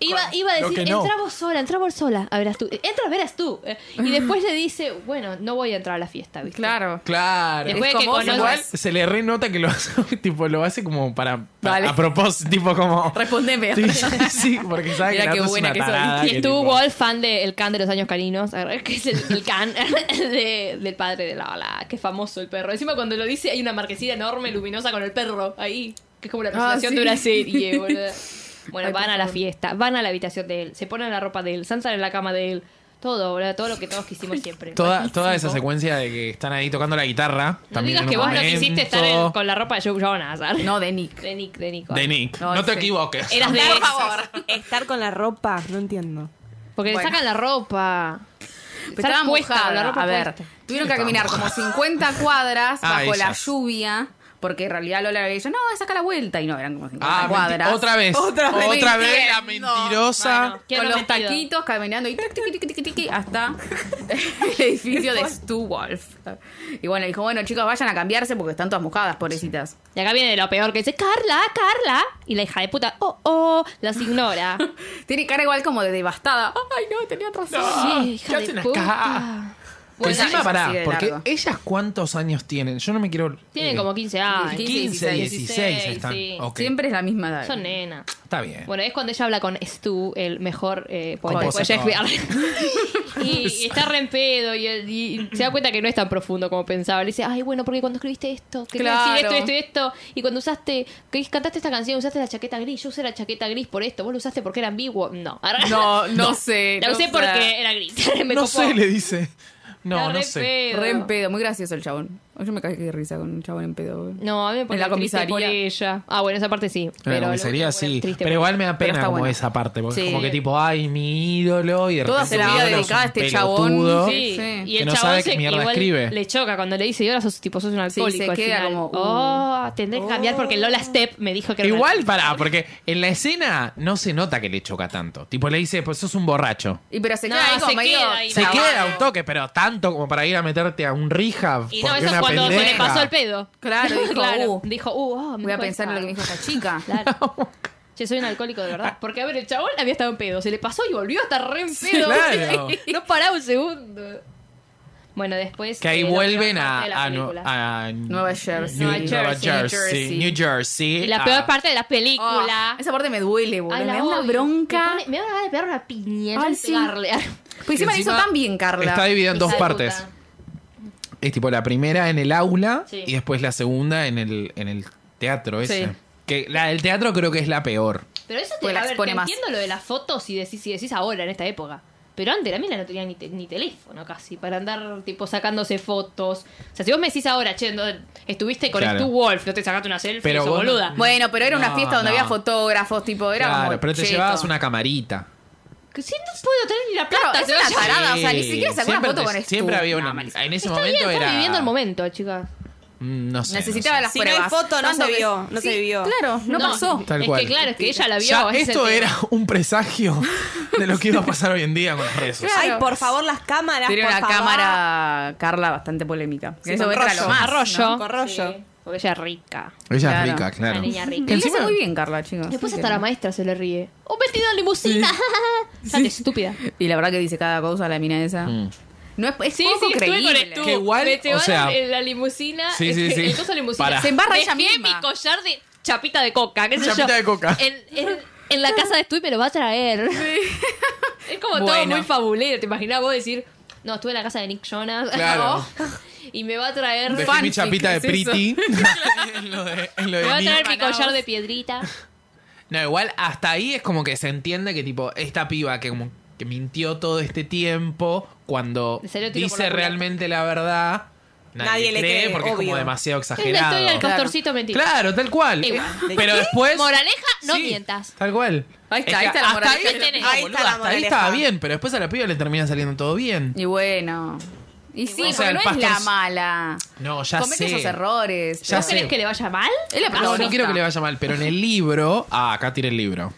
Speaker 4: iba, iba a
Speaker 1: Lo
Speaker 4: decir,
Speaker 1: que no.
Speaker 4: entra vos sola, entra vos sola, a verás tú. Entra, verás tú. Eh, Y después le dice, bueno, no voy a entrar a la fiesta, ¿viste?
Speaker 2: Claro.
Speaker 1: Claro.
Speaker 4: Después
Speaker 2: Es
Speaker 4: que
Speaker 2: como vos,
Speaker 4: conoces-
Speaker 1: Igual se le renota que lo hace, tipo, lo hace como para, para-
Speaker 2: Vale.
Speaker 1: a propósito, tipo como...
Speaker 2: Respondeme.
Speaker 1: Sí, sí, sí, porque sabe
Speaker 2: Mirá
Speaker 1: que la
Speaker 2: qué
Speaker 1: otra es
Speaker 2: buena
Speaker 1: una
Speaker 2: que soy.
Speaker 1: tarada.
Speaker 4: Y
Speaker 1: que
Speaker 4: estuvo
Speaker 1: tipo-
Speaker 4: el fan del can de los años caninos, que es el, el can de- del padre de Lola, que es famoso el perro. Encima cuando lo dice hay una marquesina enorme, luminosa con el perro ahí, que es como la presentación
Speaker 2: Ah, sí.
Speaker 4: de una serie, boludo. Bueno,
Speaker 2: Ay, por
Speaker 4: van a la
Speaker 2: favor.
Speaker 4: fiesta, van a la habitación de él, se ponen la ropa de él, saltan en la cama de él, todo, boludo, todo lo que todos quisimos siempre.
Speaker 1: Toda,
Speaker 4: Buenísimo.
Speaker 1: toda esa secuencia de que están ahí tocando la guitarra.
Speaker 4: No
Speaker 1: también
Speaker 4: digas
Speaker 1: en
Speaker 4: que
Speaker 1: un
Speaker 4: vos no quisiste estar en-
Speaker 1: momento,
Speaker 4: con la ropa de Joe Jonas, ¿sabes?
Speaker 2: No, de Nick.
Speaker 4: de Nick, de Nick.
Speaker 1: De Nick. No,
Speaker 2: No,
Speaker 1: te
Speaker 2: sí.
Speaker 1: equivoques.
Speaker 4: Eras de
Speaker 3: Por
Speaker 4: esos.
Speaker 3: favor. Estar con la ropa, no entiendo.
Speaker 4: Porque
Speaker 2: Bueno.
Speaker 4: le sacan la ropa.
Speaker 2: Pero estaba mojada. a ver, tuvieron que
Speaker 1: Estaba
Speaker 2: caminar como 50 cuadras
Speaker 1: Ah,
Speaker 2: bajo la
Speaker 1: ellas.
Speaker 2: lluvia. Porque en realidad Lola le dicho, no, saca la vuelta. Y no, eran como 50
Speaker 1: Ah,
Speaker 2: cuadras.
Speaker 1: menti- otra vez. Otra vez.
Speaker 2: Mintiendo.
Speaker 1: la mentirosa.
Speaker 4: Bueno. ¿Quién
Speaker 2: Con
Speaker 4: lo
Speaker 2: los
Speaker 4: metió?
Speaker 2: taquitos caminando y tic, tic, tic, tic, tic, tic, hasta el edificio de Stu Wolf. Y bueno, dijo, bueno, chicos, vayan a cambiarse porque están todas mojadas, pobrecitas.
Speaker 4: Y acá viene de lo peor que dice, Carla, Carla. Y la hija de puta, oh, oh, las ignora.
Speaker 2: Tiene cara igual como de devastada. Ay, no, tenía razón.
Speaker 4: sí, hija
Speaker 1: ¿qué hacen
Speaker 4: de
Speaker 1: acá?
Speaker 4: puta.
Speaker 1: Pero
Speaker 2: Bueno,
Speaker 1: encima,
Speaker 2: ellas
Speaker 1: pará,
Speaker 2: así de
Speaker 1: porque
Speaker 2: largo.
Speaker 1: ellas cuántos años tienen. Yo no me quiero.
Speaker 4: Tienen
Speaker 1: eh,
Speaker 4: como 15 años.
Speaker 1: 15, 16,
Speaker 4: 16,
Speaker 1: están.
Speaker 4: sí.
Speaker 1: Ok,
Speaker 2: Siempre es la misma edad.
Speaker 4: Son nenas.
Speaker 1: Está bien.
Speaker 4: Bueno, es cuando ella habla con Stu, el mejor eh, poeta
Speaker 1: Compositor.
Speaker 4: de Shakespeare. y, y está re en pedo y, él- y se da cuenta que no es tan profundo como pensaba. Le dice, ay, bueno, porque cuando escribiste esto, quería decir
Speaker 2: Claro.
Speaker 4: esto, esto y esto. Y cuando usaste, que cantaste esta canción, usaste la chaqueta gris. Yo usé la chaqueta gris por esto. Vos lo usaste porque era ambiguo. No.
Speaker 2: No, no sé.
Speaker 4: La
Speaker 2: no
Speaker 4: usé
Speaker 2: sé.
Speaker 4: porque era gris. Me
Speaker 1: no
Speaker 4: copó.
Speaker 1: sé, le dice.
Speaker 4: Está
Speaker 1: No, no
Speaker 4: re
Speaker 1: sé.
Speaker 4: pedo.
Speaker 2: Re en pedo, muy gracioso el chabón. Yo me caí de risa con un chabón en pedo. boludo.
Speaker 4: No, a mí me pone
Speaker 2: En la
Speaker 4: triste
Speaker 2: comisaría.
Speaker 4: por ella. Ah, bueno, esa parte sí.
Speaker 1: En la
Speaker 4: Pero
Speaker 1: comisaría
Speaker 4: lo que me pone
Speaker 1: sí.
Speaker 4: triste
Speaker 1: Pero
Speaker 4: por-
Speaker 1: igual me
Speaker 2: Pero
Speaker 1: da pena
Speaker 2: está
Speaker 1: como
Speaker 2: bueno.
Speaker 1: esa parte. Porque es
Speaker 2: Sí.
Speaker 1: como que tipo, ay, mi ídolo. Y de
Speaker 2: Toda
Speaker 1: repente
Speaker 2: su
Speaker 1: mi
Speaker 2: vida
Speaker 1: ídolo es
Speaker 2: dedicada a
Speaker 1: un
Speaker 2: este chabón.
Speaker 1: pelotudo.
Speaker 4: Sí,
Speaker 2: Sí.
Speaker 4: y
Speaker 1: Que
Speaker 4: el
Speaker 1: no
Speaker 4: chabón
Speaker 1: sabe
Speaker 4: se-
Speaker 1: qué mierda
Speaker 4: igual
Speaker 1: escribe.
Speaker 4: Le choca cuando le dice, y ahora sos tipo, sos un
Speaker 2: Sí,
Speaker 4: alcohólico.
Speaker 2: se
Speaker 4: al
Speaker 2: queda
Speaker 4: final.
Speaker 2: como, uh.
Speaker 4: oh, tendré que cambiar porque Lola Step me dijo que era un
Speaker 1: Igual,
Speaker 4: alcohólico".
Speaker 1: pará, porque en la escena no se nota que le choca tanto. Tipo, le dice, pues sos un borracho.
Speaker 2: Y pero se
Speaker 4: No,
Speaker 2: queda ahí como
Speaker 4: se
Speaker 2: medio.
Speaker 4: queda ahí.
Speaker 1: Se
Speaker 4: Clavado.
Speaker 1: queda un toque, pero tanto como para ir a meterte a un rehab.
Speaker 4: Y no,
Speaker 1: porque
Speaker 4: eso es
Speaker 1: una
Speaker 4: cuando se le
Speaker 1: pendeja.
Speaker 4: pasó el pedo.
Speaker 2: Claro, dijo, uh,
Speaker 4: dijo, uh, oh, me
Speaker 2: Voy a
Speaker 4: dijo
Speaker 2: pensar en lo
Speaker 4: esta".
Speaker 2: que me dijo esta chica.
Speaker 4: Claro. Yo soy un alcohólico de verdad. Porque, a ver, el chabón había estado en pedo. Se le pasó y volvió a estar re en pedo.
Speaker 1: Sí, claro.
Speaker 4: no pará un segundo. Bueno, después.
Speaker 1: Que ahí
Speaker 4: eh, la
Speaker 1: vuelven
Speaker 4: peor
Speaker 1: a,
Speaker 4: parte de la
Speaker 1: a Nu-
Speaker 4: película.
Speaker 1: a
Speaker 2: Nueva Jersey.
Speaker 1: New-
Speaker 4: Nueva
Speaker 1: Nueva
Speaker 4: Jersey,
Speaker 1: Jersey,
Speaker 2: New Jersey.
Speaker 1: New Jersey.
Speaker 4: Y la
Speaker 1: a-
Speaker 4: peor parte de la
Speaker 2: Ah,
Speaker 4: película.
Speaker 2: esa parte me duele, boludo. Me
Speaker 4: Ay, la
Speaker 2: da una
Speaker 4: odio.
Speaker 2: bronca.
Speaker 4: Me, pone- me da una gana de pegar una piña.
Speaker 2: Ay,
Speaker 4: Ay,
Speaker 2: sí.
Speaker 4: pegarle.
Speaker 2: Pues encima la hizo tan bien, Carla.
Speaker 1: Está dividida en dos
Speaker 4: Hija de
Speaker 1: partes.
Speaker 4: puta.
Speaker 1: Es tipo la primera en el aula
Speaker 4: Sí.
Speaker 1: y después la segunda en el, en el teatro ese.
Speaker 2: Sí.
Speaker 1: Que la del teatro creo que es la peor.
Speaker 4: Pero eso te,
Speaker 2: Pues la
Speaker 4: a ver,
Speaker 2: expone
Speaker 4: te
Speaker 2: más.
Speaker 4: entiendo lo de las fotos y decís, si decís ahora, en esta época. Pero antes la mina no tenía ni, te- ni teléfono casi para andar tipo sacándose fotos. O sea, si vos me decís ahora, che, no, estuviste con
Speaker 1: Claro.
Speaker 4: Stu Wolf, no te sacaste una selfie,
Speaker 1: Pero
Speaker 4: sos
Speaker 1: vos no- Mm.
Speaker 4: boluda.
Speaker 2: Bueno, pero era una
Speaker 1: No,
Speaker 2: fiesta donde
Speaker 1: no.
Speaker 2: había fotógrafos, tipo, era
Speaker 1: claro,
Speaker 2: como
Speaker 1: pero te
Speaker 2: cheto.
Speaker 1: llevabas una camarita.
Speaker 4: Que si no puedo tener ni la plata,
Speaker 2: Claro, es
Speaker 4: se
Speaker 2: una
Speaker 4: vaya.
Speaker 2: tarada, o sea, ni
Speaker 1: Sí,
Speaker 2: siquiera sacó una
Speaker 1: siempre
Speaker 2: foto
Speaker 1: te-
Speaker 2: con esto.
Speaker 1: Siempre había
Speaker 2: No,
Speaker 1: una.
Speaker 2: Marisa.
Speaker 1: en ese
Speaker 4: Está
Speaker 1: momento
Speaker 4: bien, está
Speaker 1: era.
Speaker 4: viviendo el momento, chicas.
Speaker 1: Mm, No sé.
Speaker 7: Necesitaba
Speaker 1: no sé.
Speaker 7: las
Speaker 3: Si no hay
Speaker 7: pruebas.
Speaker 3: foto, no
Speaker 7: Tanto
Speaker 3: se
Speaker 7: que-
Speaker 3: vio, no se vivió.
Speaker 7: Claro, no, pasó.
Speaker 1: Tal
Speaker 4: es
Speaker 1: cual.
Speaker 4: que claro, es que ella la vio.
Speaker 1: Ya,
Speaker 4: ese es el
Speaker 1: esto
Speaker 4: tema.
Speaker 1: era un presagio de lo que iba a pasar hoy en día con las redes sociales.
Speaker 3: Ay, por favor, las cámaras.
Speaker 7: Tiene
Speaker 3: por
Speaker 7: una
Speaker 3: favor.
Speaker 7: cámara, Carla, bastante polémica.
Speaker 3: Sí,
Speaker 7: En ese
Speaker 3: con
Speaker 7: momento era
Speaker 3: rollo.
Speaker 7: lo más,
Speaker 4: Arroyo.
Speaker 7: ¿no?
Speaker 3: Con rollo.
Speaker 4: Sí, porque ella es rica.
Speaker 1: Ella
Speaker 7: Claro.
Speaker 1: es rica, claro.
Speaker 4: Una niña rica.
Speaker 7: Que lo hace
Speaker 1: Encima-
Speaker 7: muy bien, Carla, chicos.
Speaker 4: Después
Speaker 7: Sí,
Speaker 4: hasta
Speaker 7: que-
Speaker 4: la maestra se le ríe. ¡Un vestido en limusina! Sate, estúpida.
Speaker 7: Y la verdad que dice cada cosa la mina esa.
Speaker 1: Mm.
Speaker 7: No es, es
Speaker 4: Sí,
Speaker 7: poco
Speaker 4: sí, estuve con
Speaker 7: creíble.
Speaker 4: Estu.
Speaker 1: Que igual,
Speaker 4: Me
Speaker 1: o
Speaker 4: llevaron
Speaker 1: sea-
Speaker 4: en la limusina.
Speaker 1: Sí, sí,
Speaker 4: en-
Speaker 1: sí.
Speaker 4: en coso de limusina.
Speaker 1: Para.
Speaker 7: Se embarra
Speaker 4: Dejé
Speaker 7: ella misma.
Speaker 4: mi collar de chapita de coca, qué sé yo.
Speaker 1: Chapita de coca.
Speaker 4: En, en- en la casa de Stu y me lo va a traer. Es como todo
Speaker 7: Bueno.
Speaker 4: muy fabulero. Te imaginas vos decir, no, estuve en la casa de Nick Jonas.
Speaker 1: Claro.
Speaker 4: y me va a traer...
Speaker 1: Dejé mi
Speaker 7: Fanfic,
Speaker 1: chapita de
Speaker 7: ¿qué es eso?
Speaker 1: Pretty. en lo de, en lo de
Speaker 4: Me va a
Speaker 1: mí.
Speaker 4: traer mi collar de piedrita.
Speaker 1: No, igual hasta ahí es como que se entiende que tipo, esta piba que como que mintió todo este tiempo, cuando
Speaker 4: Le salió tiro por la
Speaker 1: dice
Speaker 4: culata.
Speaker 1: realmente la verdad, nadie,
Speaker 3: Nadie
Speaker 1: le
Speaker 3: le
Speaker 1: cree,
Speaker 3: cree,
Speaker 1: porque es
Speaker 3: obvio.
Speaker 1: como demasiado
Speaker 4: Es la historia del
Speaker 1: exagerado. Claro,
Speaker 4: castorcito mentira.
Speaker 1: tal cual.
Speaker 4: Igual.
Speaker 1: Pero después.
Speaker 4: Moraleja, no
Speaker 1: Sí,
Speaker 4: mientas.
Speaker 1: Tal cual.
Speaker 7: Ahí está,
Speaker 1: Es
Speaker 7: ahí
Speaker 1: que
Speaker 7: está la
Speaker 1: hasta ahí,
Speaker 7: moraleja.
Speaker 4: tenés.
Speaker 1: no,
Speaker 3: Ahí
Speaker 1: boluda,
Speaker 3: está
Speaker 1: hasta
Speaker 3: la
Speaker 1: ahí
Speaker 3: moraleja.
Speaker 1: estaba bien, pero después a la piba le termina saliendo todo bien.
Speaker 7: Y bueno. Y sí,
Speaker 1: bueno. O sea,
Speaker 7: porque
Speaker 1: el
Speaker 7: no
Speaker 1: pastor-
Speaker 7: es la mala.
Speaker 1: No, ya
Speaker 7: Comete
Speaker 1: sé.
Speaker 7: esos errores.
Speaker 1: Ya
Speaker 4: ¿No
Speaker 1: sé.
Speaker 4: crees que le vaya mal? Ah,
Speaker 7: Es la
Speaker 1: No,
Speaker 7: protagonista.
Speaker 1: no quiero que le vaya mal, pero en el libro. Ah, acá tiré el libro.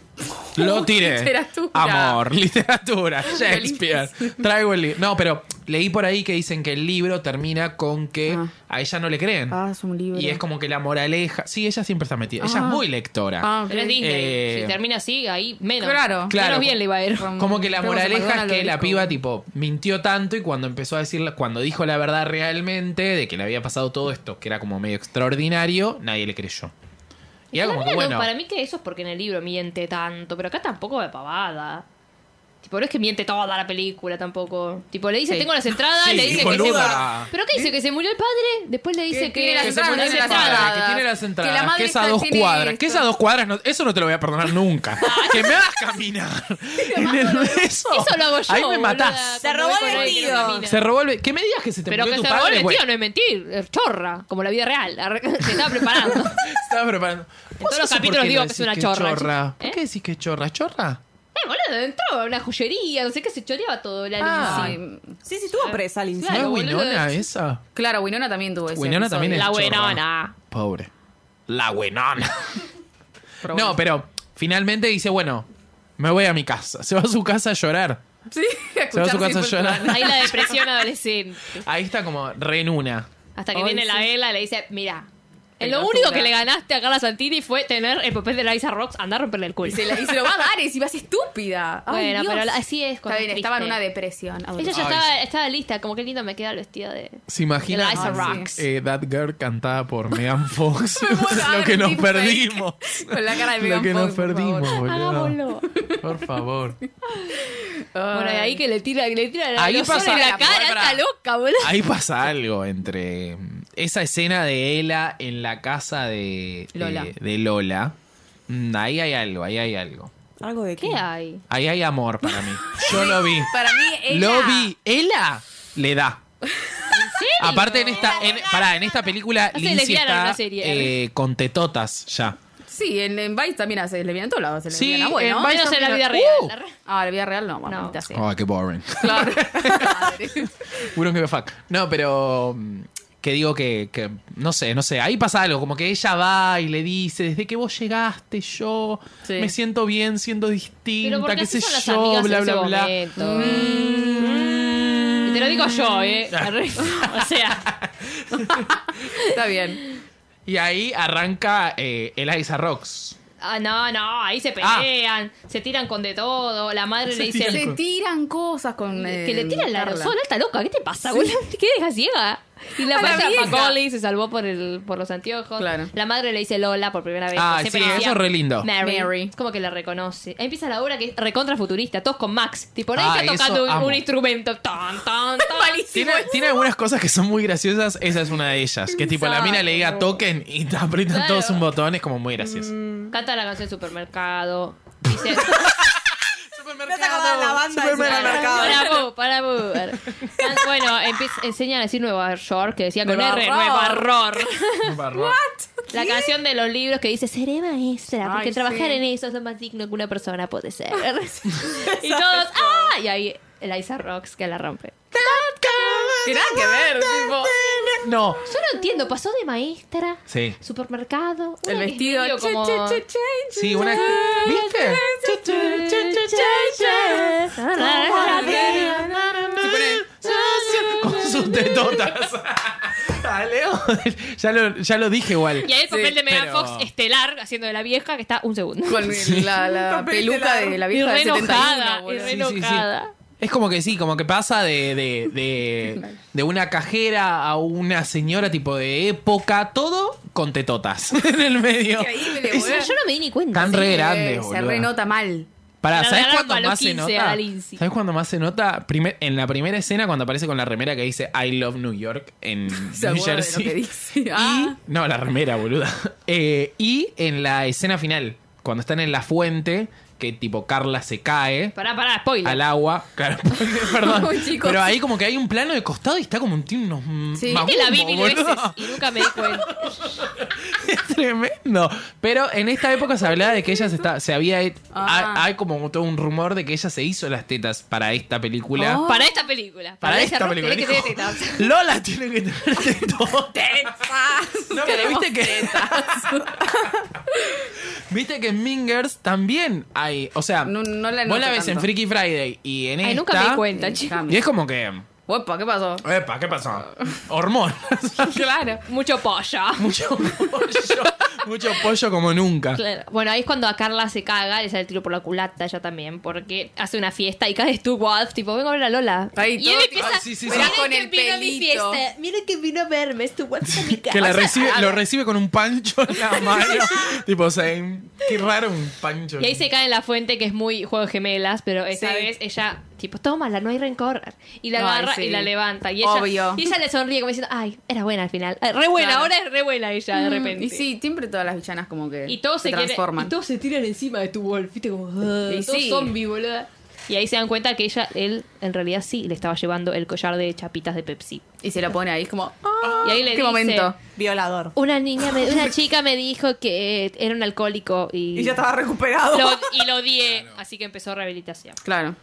Speaker 1: Lo tiré.
Speaker 7: literatura.
Speaker 1: Amor, literatura, Shakespeare. Traigo el libro. No, pero leí por ahí que dicen que el libro termina con que
Speaker 7: Ah.
Speaker 1: a ella no le creen.
Speaker 7: Ah, es un libro.
Speaker 1: Y es como que la moraleja. Sí, ella siempre está metida. Ella es muy lectora.
Speaker 7: Ah,
Speaker 4: Pero es Disney.
Speaker 1: Eh,
Speaker 4: si termina así, ahí menos.
Speaker 7: Claro.
Speaker 1: Claro.
Speaker 4: Menos bien le va a ir.
Speaker 1: Como que la
Speaker 7: Creo que se
Speaker 1: moraleja
Speaker 7: McDonald's
Speaker 1: es
Speaker 7: lo Ah,
Speaker 1: que la
Speaker 7: dijo.
Speaker 1: piba, tipo, mintió tanto y cuando empezó a decir, cuando dijo la verdad realmente de que le había pasado todo esto, que era como medio extraordinario, nadie le creyó. Y era
Speaker 4: La
Speaker 1: como
Speaker 4: verdad
Speaker 1: que
Speaker 4: no,
Speaker 1: bueno.
Speaker 4: para mí que eso es porque en el libro miente tanto, pero acá tampoco de pavada. Tipo, no es que miente toda la película tampoco. Tipo, le dice,
Speaker 7: Sí.
Speaker 4: tengo las entradas,
Speaker 1: Sí,
Speaker 4: le dice que se murió.
Speaker 1: boluda.
Speaker 4: ¿Pero qué dice? ¿Que se murió el padre? Después le dice que,
Speaker 7: tiene las
Speaker 1: que se
Speaker 7: entradas,
Speaker 1: murió
Speaker 7: tiene
Speaker 1: el
Speaker 7: las
Speaker 1: padre,
Speaker 7: entradas.
Speaker 1: que tiene las
Speaker 7: Que la
Speaker 1: entradas, que,
Speaker 7: madre
Speaker 1: es a
Speaker 7: está-
Speaker 1: dos
Speaker 7: tiene
Speaker 1: cuadras,
Speaker 7: esto.
Speaker 1: que es a dos cuadras, no- eso no te lo voy a perdonar nunca. que me hagas caminar. En el- eso,
Speaker 4: Ah, Eso lo hago yo.
Speaker 1: Ahí me
Speaker 4: boluda,
Speaker 1: matás.
Speaker 3: Se
Speaker 4: cuando
Speaker 3: robó
Speaker 4: voy
Speaker 3: el
Speaker 4: con él, que no
Speaker 3: vestido.
Speaker 4: camina.
Speaker 1: Se robó el... ¿Qué me digas que se te
Speaker 4: Pero que
Speaker 1: murió
Speaker 4: se
Speaker 1: tu
Speaker 4: robó el
Speaker 1: padre? güey?
Speaker 4: vestido no es mentir, es chorra, como la vida real. Se estaba preparando.
Speaker 1: Estaba preparando. ¿Vos
Speaker 4: todos los
Speaker 1: eso por
Speaker 4: capítulos
Speaker 1: qué
Speaker 4: digo
Speaker 1: no
Speaker 4: que es
Speaker 1: decís
Speaker 4: una chorra,
Speaker 1: chorra?
Speaker 4: ¿eh?
Speaker 1: ¿Por qué decís que es chorra? ¿Es ¿Chorra?
Speaker 4: Eh, boludo, entró a una joyería, no sé qué, se choreaba todo. La
Speaker 1: Ah.
Speaker 4: Lindsay.
Speaker 3: Sí, sí, estuvo presa Lindsay.
Speaker 4: Claro,
Speaker 1: ¿No es
Speaker 4: boludo.
Speaker 1: Winona esa?
Speaker 7: Claro, Winona también tuvo eso.
Speaker 1: Winona también es
Speaker 4: La
Speaker 1: chorra.
Speaker 4: buenona.
Speaker 1: Pobre. La buenona. No, pero finalmente dice, bueno, me voy a mi casa. Se va a su casa a llorar.
Speaker 7: Sí,
Speaker 1: Se va a su
Speaker 7: escuchar
Speaker 1: casa a
Speaker 7: Simple Plan.
Speaker 1: llorar.
Speaker 4: Ahí la depresión adolescente.
Speaker 1: Ahí está como re en una.
Speaker 4: Hasta que
Speaker 7: Ay,
Speaker 4: viene la
Speaker 7: sí.
Speaker 4: Ela y le dice, mira,
Speaker 7: Te
Speaker 4: lo
Speaker 7: lo
Speaker 4: único
Speaker 7: juro.
Speaker 4: que le ganaste a Carla Santini fue tener el papel de la Isa Rocks, andar a romperle el
Speaker 7: Y
Speaker 4: culo.
Speaker 7: se, la- y se lo va a dar y si vas estúpida. Ay,
Speaker 4: bueno,
Speaker 7: Dios.
Speaker 4: pero la- así es.
Speaker 7: Está bien, estaba en una
Speaker 4: de...
Speaker 7: depresión.
Speaker 4: Ella ya
Speaker 1: Ay,
Speaker 4: estaba, estaba lista, como que lindo me queda el vestido de...
Speaker 1: ¿Se imagina
Speaker 4: El Ice
Speaker 7: and Rocks.
Speaker 1: eh, That Girl cantada por Megan Fox?
Speaker 7: muero,
Speaker 1: lo que nos
Speaker 7: deep fake.
Speaker 1: perdimos.
Speaker 7: Con la cara de
Speaker 1: Lo
Speaker 7: Megan
Speaker 1: que
Speaker 7: Fox,
Speaker 1: nos
Speaker 7: por
Speaker 1: perdimos,
Speaker 7: favor.
Speaker 4: Ah,
Speaker 1: boludo.
Speaker 4: Hagámoslo.
Speaker 1: Por favor.
Speaker 4: Bueno, de ahí que le tira, le tira la
Speaker 1: Ahí
Speaker 4: los ojos
Speaker 1: pasa-
Speaker 4: en la cara,
Speaker 1: Pará, pará.
Speaker 4: está loca, boludo.
Speaker 1: Ahí pasa algo entre mm, esa escena de Ela en la casa de de-
Speaker 7: Lola.
Speaker 1: de Lola. Mm, Ahí hay algo, ahí hay algo.
Speaker 3: Algo
Speaker 1: Ah,
Speaker 3: de
Speaker 4: ¿Qué hay?
Speaker 1: Ahí hay amor para mí. Yo lo vi.
Speaker 7: Para mí, ella...
Speaker 1: Lo vi. Ela le da.
Speaker 4: ¿En serio?
Speaker 1: Aparte en esta, en, pará, en esta película
Speaker 4: Hace
Speaker 1: Lindsay
Speaker 4: lesbiana en
Speaker 1: está
Speaker 4: la serie.
Speaker 1: eh, con tetotas ya.
Speaker 7: Sí, en, en Vice también hace lesbiana en todos lados. hace
Speaker 1: Sí,
Speaker 7: lesbiana. bueno,
Speaker 1: en Vice
Speaker 4: Menos en la vida
Speaker 1: Uh.
Speaker 4: real. la re-
Speaker 7: Ah, la vida real no, mamita
Speaker 4: No.
Speaker 7: sea.
Speaker 1: Oh, qué boring.
Speaker 7: Claro.
Speaker 1: We don't give a fuck. No, pero mm, que digo que, que, no sé, no sé, ahí pasa algo, como que ella va y le dice, desde que vos llegaste yo
Speaker 7: Sí.
Speaker 1: me siento bien siendo
Speaker 4: Pero
Speaker 1: distinta,
Speaker 4: porque
Speaker 1: que
Speaker 4: así
Speaker 1: sé
Speaker 4: son las
Speaker 1: yo,
Speaker 4: amigas
Speaker 1: bla,
Speaker 4: en ese
Speaker 1: bla, bla. Mm.
Speaker 4: momento. Y te lo digo yo, ¿eh? o sea,
Speaker 7: Está bien.
Speaker 1: Y ahí arranca eh, Eliza Rocks.
Speaker 4: ah, no, no, ahí se
Speaker 1: Ah.
Speaker 4: pelean, se tiran con de todo, la madre le dice...
Speaker 7: Se tiran cosas con.
Speaker 4: Que le
Speaker 7: eh,
Speaker 4: tiran la
Speaker 7: Carla.
Speaker 4: aerosol, alta loca, ¿qué te pasa, boludo? ¿Qué dejas ciega? Y la
Speaker 7: A la
Speaker 4: pasa
Speaker 7: vieja.
Speaker 4: Macaulay se salvó por el por los anteojos.
Speaker 7: Claro.
Speaker 4: La madre le dice Lola por primera vez.
Speaker 1: Ah,
Speaker 4: que siempre
Speaker 1: sí,
Speaker 4: decía
Speaker 1: eso es re lindo.
Speaker 4: Mary.
Speaker 7: Mary.
Speaker 4: Es Como que la reconoce. Ahí empieza la obra que es recontra futurista, todos con Max. Tipo, nadie
Speaker 1: Ah,
Speaker 4: está
Speaker 1: eso
Speaker 4: tocando un,
Speaker 1: amo.
Speaker 4: un instrumento. Tan, tan, tan.
Speaker 1: Tiene, tiene algunas cosas que son muy graciosas, esa es una de ellas. Que tipo, la mina le diga toquen y te aprietan
Speaker 4: Claro.
Speaker 1: todos un botón, es como muy gracioso.
Speaker 4: Canta la canción Supermercado. Dice,
Speaker 3: No te acordás de la banda del supermercado.
Speaker 4: para bu, para bu. Ah, Bueno, empieza- enseñan a decir Nueva York, que decía con
Speaker 7: Nueva
Speaker 4: R,
Speaker 7: Ror.
Speaker 4: Nueva Ror.
Speaker 1: Barro.
Speaker 4: La canción de los libros que dice, seré maestra, porque
Speaker 7: Ay,
Speaker 4: trabajar
Speaker 7: sí.
Speaker 4: en eso es lo más digno que una persona puede ser. y todos, ¡ah! Y ahí Eliza Rocks que la rompe.
Speaker 7: Que nada que ver, tipo.
Speaker 1: No.
Speaker 4: Yo no entiendo, pasó de maestra,
Speaker 1: Sí.
Speaker 4: supermercado, una
Speaker 7: El
Speaker 4: que
Speaker 7: vestido.
Speaker 4: es medio
Speaker 7: Che,
Speaker 4: como-
Speaker 7: che, che, che.
Speaker 1: Sí, una. ¿Viste?
Speaker 4: Ah,
Speaker 1: Con sus tetotas. A Leo. Ya lo, ya lo dije igual.
Speaker 4: Y ahí el papel
Speaker 1: Sí,
Speaker 4: de Mega
Speaker 1: pero-
Speaker 4: Fox estelar haciendo de la vieja que está un segundo.
Speaker 7: Con el- la, la peluca de la
Speaker 4: Y
Speaker 7: vieja
Speaker 4: re
Speaker 7: de 71,
Speaker 4: enojada, y
Speaker 7: boludo.
Speaker 4: re enojada.
Speaker 1: Es como que sí, como que pasa de, de, de, de una cajera a una señora tipo de época, todo con tetotas en el medio.
Speaker 7: Increíble,
Speaker 1: Es-
Speaker 7: boludo.
Speaker 4: Yo no me di ni cuenta.
Speaker 1: Tan re grande,
Speaker 7: Se
Speaker 1: boluda.
Speaker 7: renota mal.
Speaker 1: Pará,
Speaker 4: La
Speaker 1: ¿sabes
Speaker 4: agarran
Speaker 1: cuándo
Speaker 4: pa' los
Speaker 1: más se
Speaker 4: 15
Speaker 1: nota?
Speaker 4: a Lindsay.
Speaker 1: ¿Sabes cuándo más se nota? Primer- en la primera escena cuando aparece con la remera que dice I love New York en
Speaker 7: Se
Speaker 1: New
Speaker 7: acuerda de lo
Speaker 1: Jersey.
Speaker 7: que dice. Ah.
Speaker 1: Y- no, la remera, boluda. Eh, y en la escena final, cuando están en la fuente, que tipo Carla se cae
Speaker 4: Pará, pará, spoiler.
Speaker 1: al agua. Claro, perdón.
Speaker 7: Uy, chicos.
Speaker 1: pero ahí como que hay un plano de costado y está como un tiene unos mm,
Speaker 7: Sí.
Speaker 4: Que la vi
Speaker 1: magumbos,
Speaker 4: mil
Speaker 1: boludo.
Speaker 4: veces y nunca me di cuenta.
Speaker 1: Es tremendo. Pero en esta época se hablaba de que ella se, está, se había... he-
Speaker 7: Ah.
Speaker 1: Hay, hay como todo un rumor de que ella se hizo las tetas para esta película.
Speaker 7: Oh.
Speaker 4: Para esta película.
Speaker 1: Para
Speaker 4: ese
Speaker 1: esta
Speaker 4: arroz
Speaker 1: película.
Speaker 4: tenés que
Speaker 1: dijo,
Speaker 4: tener tetas.
Speaker 1: Lola tiene que tener tetas. No, pero viste que. viste que en Mingers también hay. O sea,
Speaker 7: No- no la
Speaker 1: vos la
Speaker 7: noto
Speaker 1: ves en
Speaker 7: tanto.
Speaker 1: Freaky Friday y en
Speaker 4: Ay,
Speaker 1: esta.
Speaker 4: nunca me di cuenta, chicos.
Speaker 1: Y es como que.
Speaker 7: Opa, ¿qué pasó?
Speaker 1: Epa, ¿qué pasó? Hormonas.
Speaker 7: Claro.
Speaker 4: Mucho pollo.
Speaker 1: mucho pollo. Mucho pollo como nunca.
Speaker 4: Claro. Bueno, ahí es cuando a Carla se caga, le sale el tiro por la culata ya también, porque hace una fiesta y cae Stu Wolf, tipo, vengo a ver a Lola.
Speaker 7: Ahí,
Speaker 4: y
Speaker 7: todo-
Speaker 4: él empieza,
Speaker 1: Ah, sí, sí, sí.
Speaker 4: "Miren
Speaker 7: Con
Speaker 4: que
Speaker 7: el
Speaker 4: vino a mi
Speaker 7: pelito".
Speaker 4: fiesta, miren que vino a verme, Stu Wolf está en mi casa.
Speaker 1: Que la
Speaker 4: O sea,
Speaker 1: recibe,
Speaker 4: a
Speaker 1: lo
Speaker 4: ver.
Speaker 1: recibe con un pancho en la mano. tipo, o sea, qué raro un pancho.
Speaker 4: Y ahí se cae en la fuente, que es muy juego de gemelas, pero esa
Speaker 7: Sí.
Speaker 4: vez ella, tipo, tómala, no hay rencor. Y la
Speaker 7: Ay,
Speaker 4: agarra
Speaker 7: sí.
Speaker 4: y la levanta. Y ella,
Speaker 7: Obvio.
Speaker 4: y ella le sonríe como diciendo, ay, era buena al final. Ay, re buena,
Speaker 7: Claro. Mm,
Speaker 4: ahora es re buena ella de repente.
Speaker 7: Y sí, siempre todas las villanas como que
Speaker 4: Y todos se, quieren-
Speaker 7: transforman.
Speaker 4: y todos se tiran encima de tu wolf, viste como "Ah",
Speaker 7: Y
Speaker 4: todos
Speaker 7: sí.
Speaker 4: zombi, boluda. Y ahí se dan cuenta que ella, él, en realidad sí le estaba llevando el collar de chapitas de Pepsi.
Speaker 7: Y se lo pone ahí, es como,
Speaker 4: Y ahí le
Speaker 7: ¿qué
Speaker 4: dice,
Speaker 7: momento?
Speaker 3: Violador.
Speaker 4: Una niña, me- una chica me dijo que era un alcohólico y,
Speaker 3: Y ya estaba recuperado.
Speaker 4: lo, y lo odié, así que empezó rehabilitación.
Speaker 7: Claro.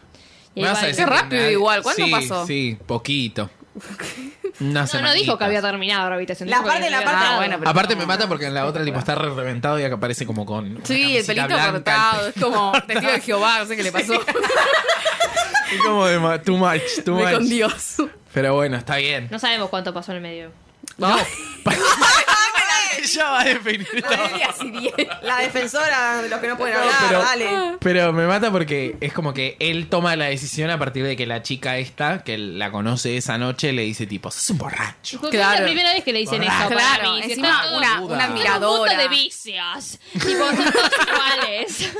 Speaker 4: Y ahí
Speaker 1: Me vas
Speaker 4: va
Speaker 1: a
Speaker 4: y-
Speaker 1: decir
Speaker 7: Qué
Speaker 1: que
Speaker 7: rápido igual, ¿cuánto
Speaker 1: sí,
Speaker 7: pasó?
Speaker 1: Sí, poquito. Una
Speaker 4: no, no
Speaker 1: semanita.
Speaker 4: dijo que había terminado rehabilitación.
Speaker 3: La
Speaker 4: dijo que
Speaker 3: parte-
Speaker 4: había
Speaker 3: la parte-
Speaker 4: terminado.
Speaker 7: Ah, bueno, pero-
Speaker 1: Aparte me mata porque en la otra tipo está re reventado y acá aparece como con una
Speaker 7: Sí, el
Speaker 1: camiseta
Speaker 7: pelito
Speaker 1: blanca, el
Speaker 7: cortado, es
Speaker 1: pelito
Speaker 7: como testigo de Jehová, no sé qué le pasó.
Speaker 1: cortado. Es como de ma- too much, too
Speaker 7: Ve
Speaker 1: much.
Speaker 7: con Dios.
Speaker 1: Pero bueno, está bien.
Speaker 4: No sabemos cuánto pasó en el medio.
Speaker 1: No. ya va a definir todo.
Speaker 3: La defensora de los que no pueden
Speaker 1: No,
Speaker 3: hablar,
Speaker 1: pero-
Speaker 3: dale.
Speaker 1: Pero me mata porque es como que él toma la decisión a partir de que la chica esta, que la conoce esa noche, le dice tipo, sos un borracho.
Speaker 4: Porque
Speaker 7: Claro.
Speaker 4: Es la primera vez que le dicen
Speaker 1: Borracho.
Speaker 4: eso. para
Speaker 7: Claro,
Speaker 4: mí. Si
Speaker 7: encima
Speaker 4: están todos-
Speaker 7: una, una
Speaker 1: Duda.
Speaker 4: Un
Speaker 7: admiradora.
Speaker 4: mundo de vicios. Tipo, son todos iguales.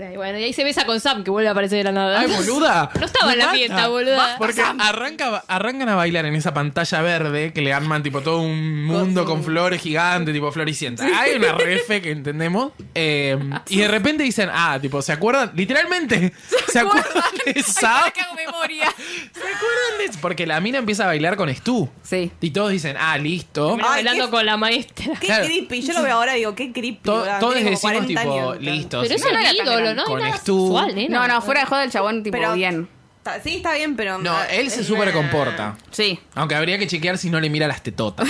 Speaker 4: Ay, bueno, y ahí se besa con Sam, que vuelve a aparecer de la nada.
Speaker 1: Ay, boluda.
Speaker 4: No estaba
Speaker 1: Me
Speaker 4: en la
Speaker 1: mata.
Speaker 4: fiesta, boluda.
Speaker 1: Porque arranca, arrancan a bailar en esa pantalla verde que le arman tipo todo un mundo con flores gigante, tipo floricienta. Hay una refe que entendemos. eh, y de repente dicen, ah, tipo, ¿se acuerdan? Literalmente, ¿se acuerdan de Sam?
Speaker 7: Acá hago memoria.
Speaker 1: ¿Se acuerdan de eso? Porque la mina empieza a bailar con Stu.
Speaker 7: Sí.
Speaker 1: Y todos dicen, ah, listo.
Speaker 4: Terminó
Speaker 3: Ay,
Speaker 4: bailando
Speaker 3: qué-
Speaker 4: con la maestra.
Speaker 3: Qué
Speaker 1: Claro.
Speaker 3: creepy. Yo lo veo ahora y digo, qué creepy.
Speaker 1: To-
Speaker 3: ¿verdad?
Speaker 1: todos
Speaker 3: Tiene como
Speaker 1: decimos
Speaker 3: 40
Speaker 1: tipo,
Speaker 3: años, claro.
Speaker 1: listo.
Speaker 4: Pero
Speaker 1: sí.
Speaker 4: eso
Speaker 7: no
Speaker 4: era
Speaker 7: era
Speaker 4: el
Speaker 7: tan
Speaker 4: ídolo,
Speaker 7: grande.
Speaker 4: ¿no?
Speaker 1: Con
Speaker 4: Era
Speaker 1: Stu.
Speaker 4: sexual, nena.
Speaker 7: No, no, fuera de joda el chabón, tipo,
Speaker 3: Pero-
Speaker 7: bien.
Speaker 3: Está- Sí, está bien, pero.
Speaker 7: Ah,
Speaker 3: ah,
Speaker 1: No, él se súper comporta.
Speaker 7: Sí.
Speaker 1: Aunque habría que chequear si no le mira las tetotas.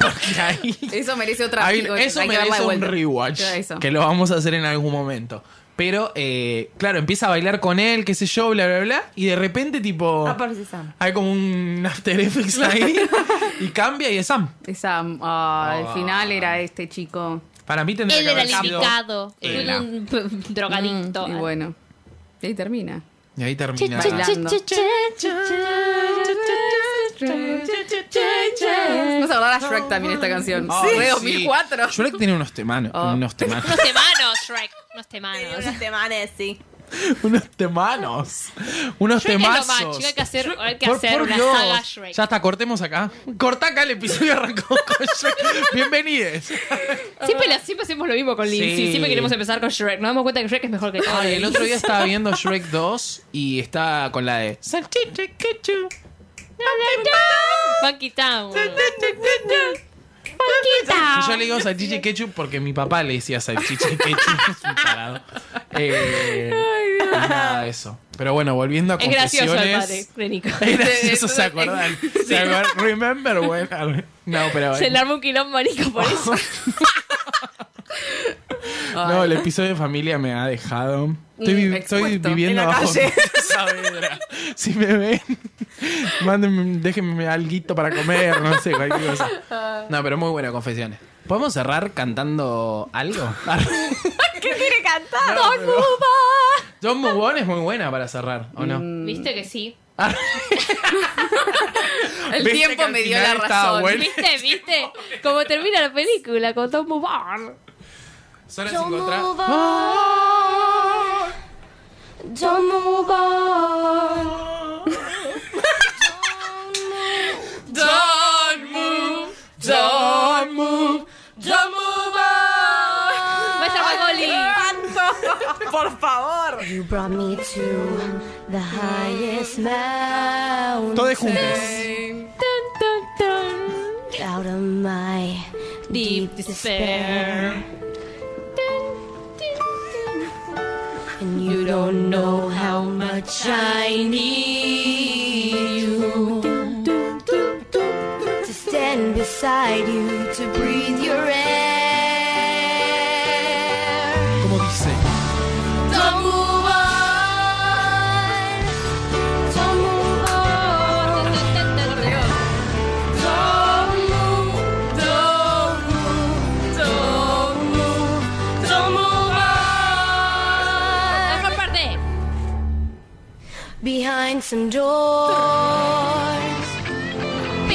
Speaker 1: Porque ahí...
Speaker 7: Eso merece otra.
Speaker 1: Ahí-
Speaker 7: digo,
Speaker 1: eso
Speaker 7: hay que darla
Speaker 1: merece
Speaker 7: de
Speaker 1: un
Speaker 7: vuelta.
Speaker 1: rewatch.
Speaker 7: Claro, eso.
Speaker 1: Que lo vamos a hacer en algún momento. Pero, eh, claro, empieza a bailar con él, qué sé yo, bla, bla, bla. Y de repente, tipo.
Speaker 3: Aparece Sam.
Speaker 1: Hay como un After Effects ahí. y cambia y es Sam.
Speaker 7: Esa, ah,
Speaker 1: Ah.
Speaker 7: al final era este chico.
Speaker 1: Para mí tendría
Speaker 4: Él
Speaker 1: que
Speaker 4: era
Speaker 1: haber
Speaker 4: el
Speaker 1: sido
Speaker 4: indicado.
Speaker 1: Ela.
Speaker 4: Un p- drogadicto.
Speaker 7: Mm,
Speaker 4: eh.
Speaker 7: Y bueno. Y ahí termina.
Speaker 1: Y ahí termina.
Speaker 7: che, che. Bailando. Vamos a acordar a Shrek también esta canción.
Speaker 1: Ay,
Speaker 7: de 2004.
Speaker 1: Yo le tenía unos temanos.
Speaker 7: Oh.
Speaker 1: Unos temanos.
Speaker 4: Unos temanos, Shrek. Unos
Speaker 3: Tiene
Speaker 4: temanos.
Speaker 3: unas semanas, sí.
Speaker 1: unos temanos. Unos
Speaker 4: Shrek es lo más,
Speaker 1: temazos.
Speaker 4: chico, hay que hacer, hay que
Speaker 1: Por-
Speaker 4: hacer
Speaker 1: por
Speaker 4: una
Speaker 1: Dios.
Speaker 4: saga Shrek.
Speaker 1: Ya está, cortemos acá. Corta acá el episodio arrancó con Shrek. Bienvenides.
Speaker 4: Siempre, la- siempre hacemos lo mismo con Lindsay.
Speaker 1: Sí.
Speaker 4: Siempre queremos empezar con Shrek. Nos damos cuenta que Shrek es mejor que todo.
Speaker 1: Ay, el otro día estaba viendo Shrek 2 y está con la de Salchicha Ketchup.
Speaker 4: Funky Town. Ah,
Speaker 1: Y yo le digo salchicha y ketchup porque mi papá le decía salchicha y ketchup. Es un tarado. Eh, nada de eso. Pero bueno, volviendo a
Speaker 4: Es gracioso el padre Este,
Speaker 1: confesiones.
Speaker 4: de Nico.
Speaker 1: Es gracioso, ¿se acuerdan? ¿Se acuerdan? Remember when... No, pero...
Speaker 4: Se le arma un quilombo a Nico
Speaker 1: Ah,
Speaker 4: por eso.
Speaker 1: No, el episodio de familia me ha dejado. Estoy, vi-
Speaker 7: Mm,
Speaker 1: estoy
Speaker 7: expuesto,
Speaker 1: viviendo
Speaker 7: en la
Speaker 1: bajo
Speaker 7: calle.
Speaker 1: Saavedra. Si me ven, mándenme, déjenme alguito para comer, no sé, cualquier cosa. No, pero muy buena confesiones. ¿Podemos cerrar cantando algo?
Speaker 3: ¿Qué quiere cantar?
Speaker 1: Don't move John Mubón es muy buena para cerrar, ¿o
Speaker 7: Mm,
Speaker 1: no?
Speaker 4: Viste que sí.
Speaker 7: El
Speaker 1: ¿Viste que
Speaker 7: tiempo
Speaker 1: al
Speaker 7: me dio la
Speaker 1: final estaba
Speaker 7: razón.
Speaker 1: bueno?
Speaker 4: Viste, viste. Como termina la película con Tom Bubar.
Speaker 1: Son las
Speaker 5: Don't
Speaker 1: cinco atrás.
Speaker 5: move on. Don't move on.
Speaker 7: Don't move,
Speaker 1: Don't move.
Speaker 7: don't move on.
Speaker 4: Maestra Magoli.
Speaker 3: Por favor.
Speaker 5: You brought me to the highest mountain.
Speaker 1: Todos juntos.
Speaker 4: Tun, tun, tun.
Speaker 5: Out of my deep despair. And you don't know how much I need you. To stand beside you, to breathe your air.
Speaker 1: Como dice.
Speaker 5: Don't move on. Don't move on. Don't move. Don't move. Don't move. Don't move on.
Speaker 4: Otra parte.
Speaker 5: Behind some doors,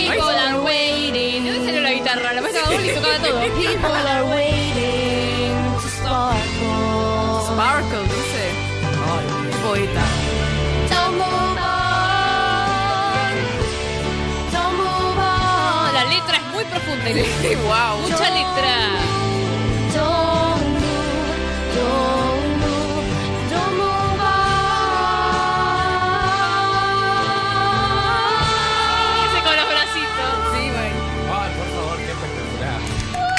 Speaker 4: People are waiting. ¿De dónde salió la guitarra? La maestra Magoli tocaba todo.
Speaker 5: people are waiting to sparkle.
Speaker 7: Sparkle, dice. Qué poeta.
Speaker 5: Don't move on. Don't move on.
Speaker 4: La letra es muy profunda.
Speaker 7: Wow.
Speaker 4: Mucha letra.
Speaker 5: Don't move, don't move, don't move on.
Speaker 4: Ese con los bracitos.
Speaker 7: Sí, güey.
Speaker 1: Ay, por favor, qué espectacular.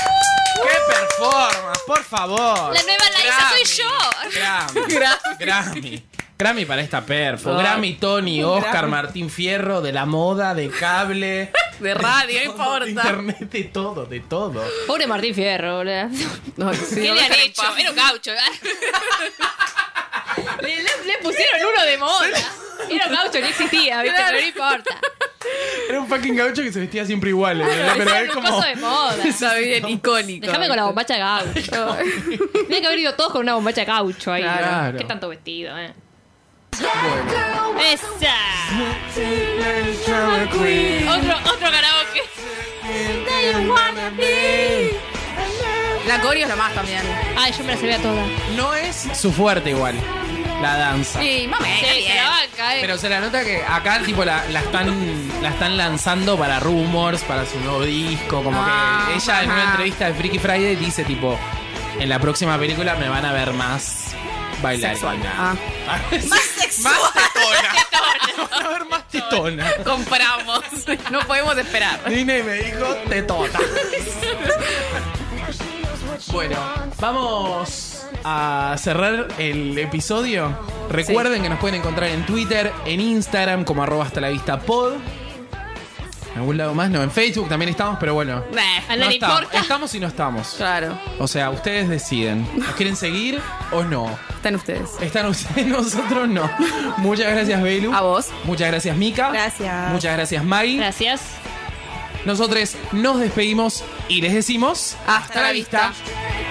Speaker 1: ¡Qué performance! Por favor.
Speaker 4: La nueva Laisa soy yo.
Speaker 1: Grammy. Grammy. Grammy para esta perfo. Grammy, Tony, Oscar, Martín Fierro, de la moda, de cable.
Speaker 7: De radio, no
Speaker 1: de
Speaker 7: importa.
Speaker 1: internet, de todo, de todo.
Speaker 4: Pobre Martín Fierro, boludo.
Speaker 7: No, sí,
Speaker 4: ¿Qué
Speaker 7: no
Speaker 4: le han
Speaker 7: dejan en
Speaker 4: hecho?
Speaker 7: paz.
Speaker 4: Era un gaucho. ¿eh? le, le- le pusieron uno de moda. Era un gaucho, no existía, ¿viste? Pero no importa.
Speaker 1: Era un fucking gaucho que se vestía siempre igual. ¿eh? Pero
Speaker 4: Era
Speaker 1: es
Speaker 4: un
Speaker 1: como.
Speaker 4: coso de moda.
Speaker 7: Está bien icónico.
Speaker 4: Déjame con la bombacha gaucho. Tenía que haber ido todos con una bombacha gaucho ahí.
Speaker 1: Claro.
Speaker 4: Qué tanto vestido, eh.
Speaker 5: Girl,
Speaker 4: ¡Esa! Otro, otro karaoke.
Speaker 7: La coreo es lo más también.
Speaker 4: Ay, yo me la sabía toda.
Speaker 1: No es su fuerte igual. La danza.
Speaker 7: Sí, mami,
Speaker 4: Sí, se la banca, eh.
Speaker 1: Pero se la nota que acá tipo la, la están la están lanzando para rumors, para su nuevo disco, como
Speaker 7: Ah,
Speaker 1: que ella en una
Speaker 7: ajá.
Speaker 1: entrevista de Freaky Friday dice tipo en la próxima película me van a ver más bailar
Speaker 7: Ah.
Speaker 1: más sexual. Más tetona. Van a ver más tetona.
Speaker 7: Compramos. No podemos esperar.
Speaker 1: Disney me dijo tetona. Bueno, vamos a cerrar el episodio. Recuerden que nos pueden encontrar en Twitter, en Instagram, como arroba hasta la vista pod. En algún lado más, no, en Facebook también estamos, pero bueno.
Speaker 7: Nah,
Speaker 4: A nadie
Speaker 1: No
Speaker 4: le
Speaker 1: estamos,
Speaker 4: importa.
Speaker 1: estamos y no estamos.
Speaker 7: Claro.
Speaker 1: O sea, ustedes deciden. ¿Nos quieren seguir o no?
Speaker 7: Están ustedes.
Speaker 1: Están ustedes, nosotros no. Muchas gracias, Belu.
Speaker 7: A vos.
Speaker 1: Muchas gracias, Mika.
Speaker 3: Gracias.
Speaker 1: Muchas gracias, Maggie.
Speaker 4: Gracias.
Speaker 1: Nosotros nos despedimos y les decimos
Speaker 7: Hasta la vista.
Speaker 5: turn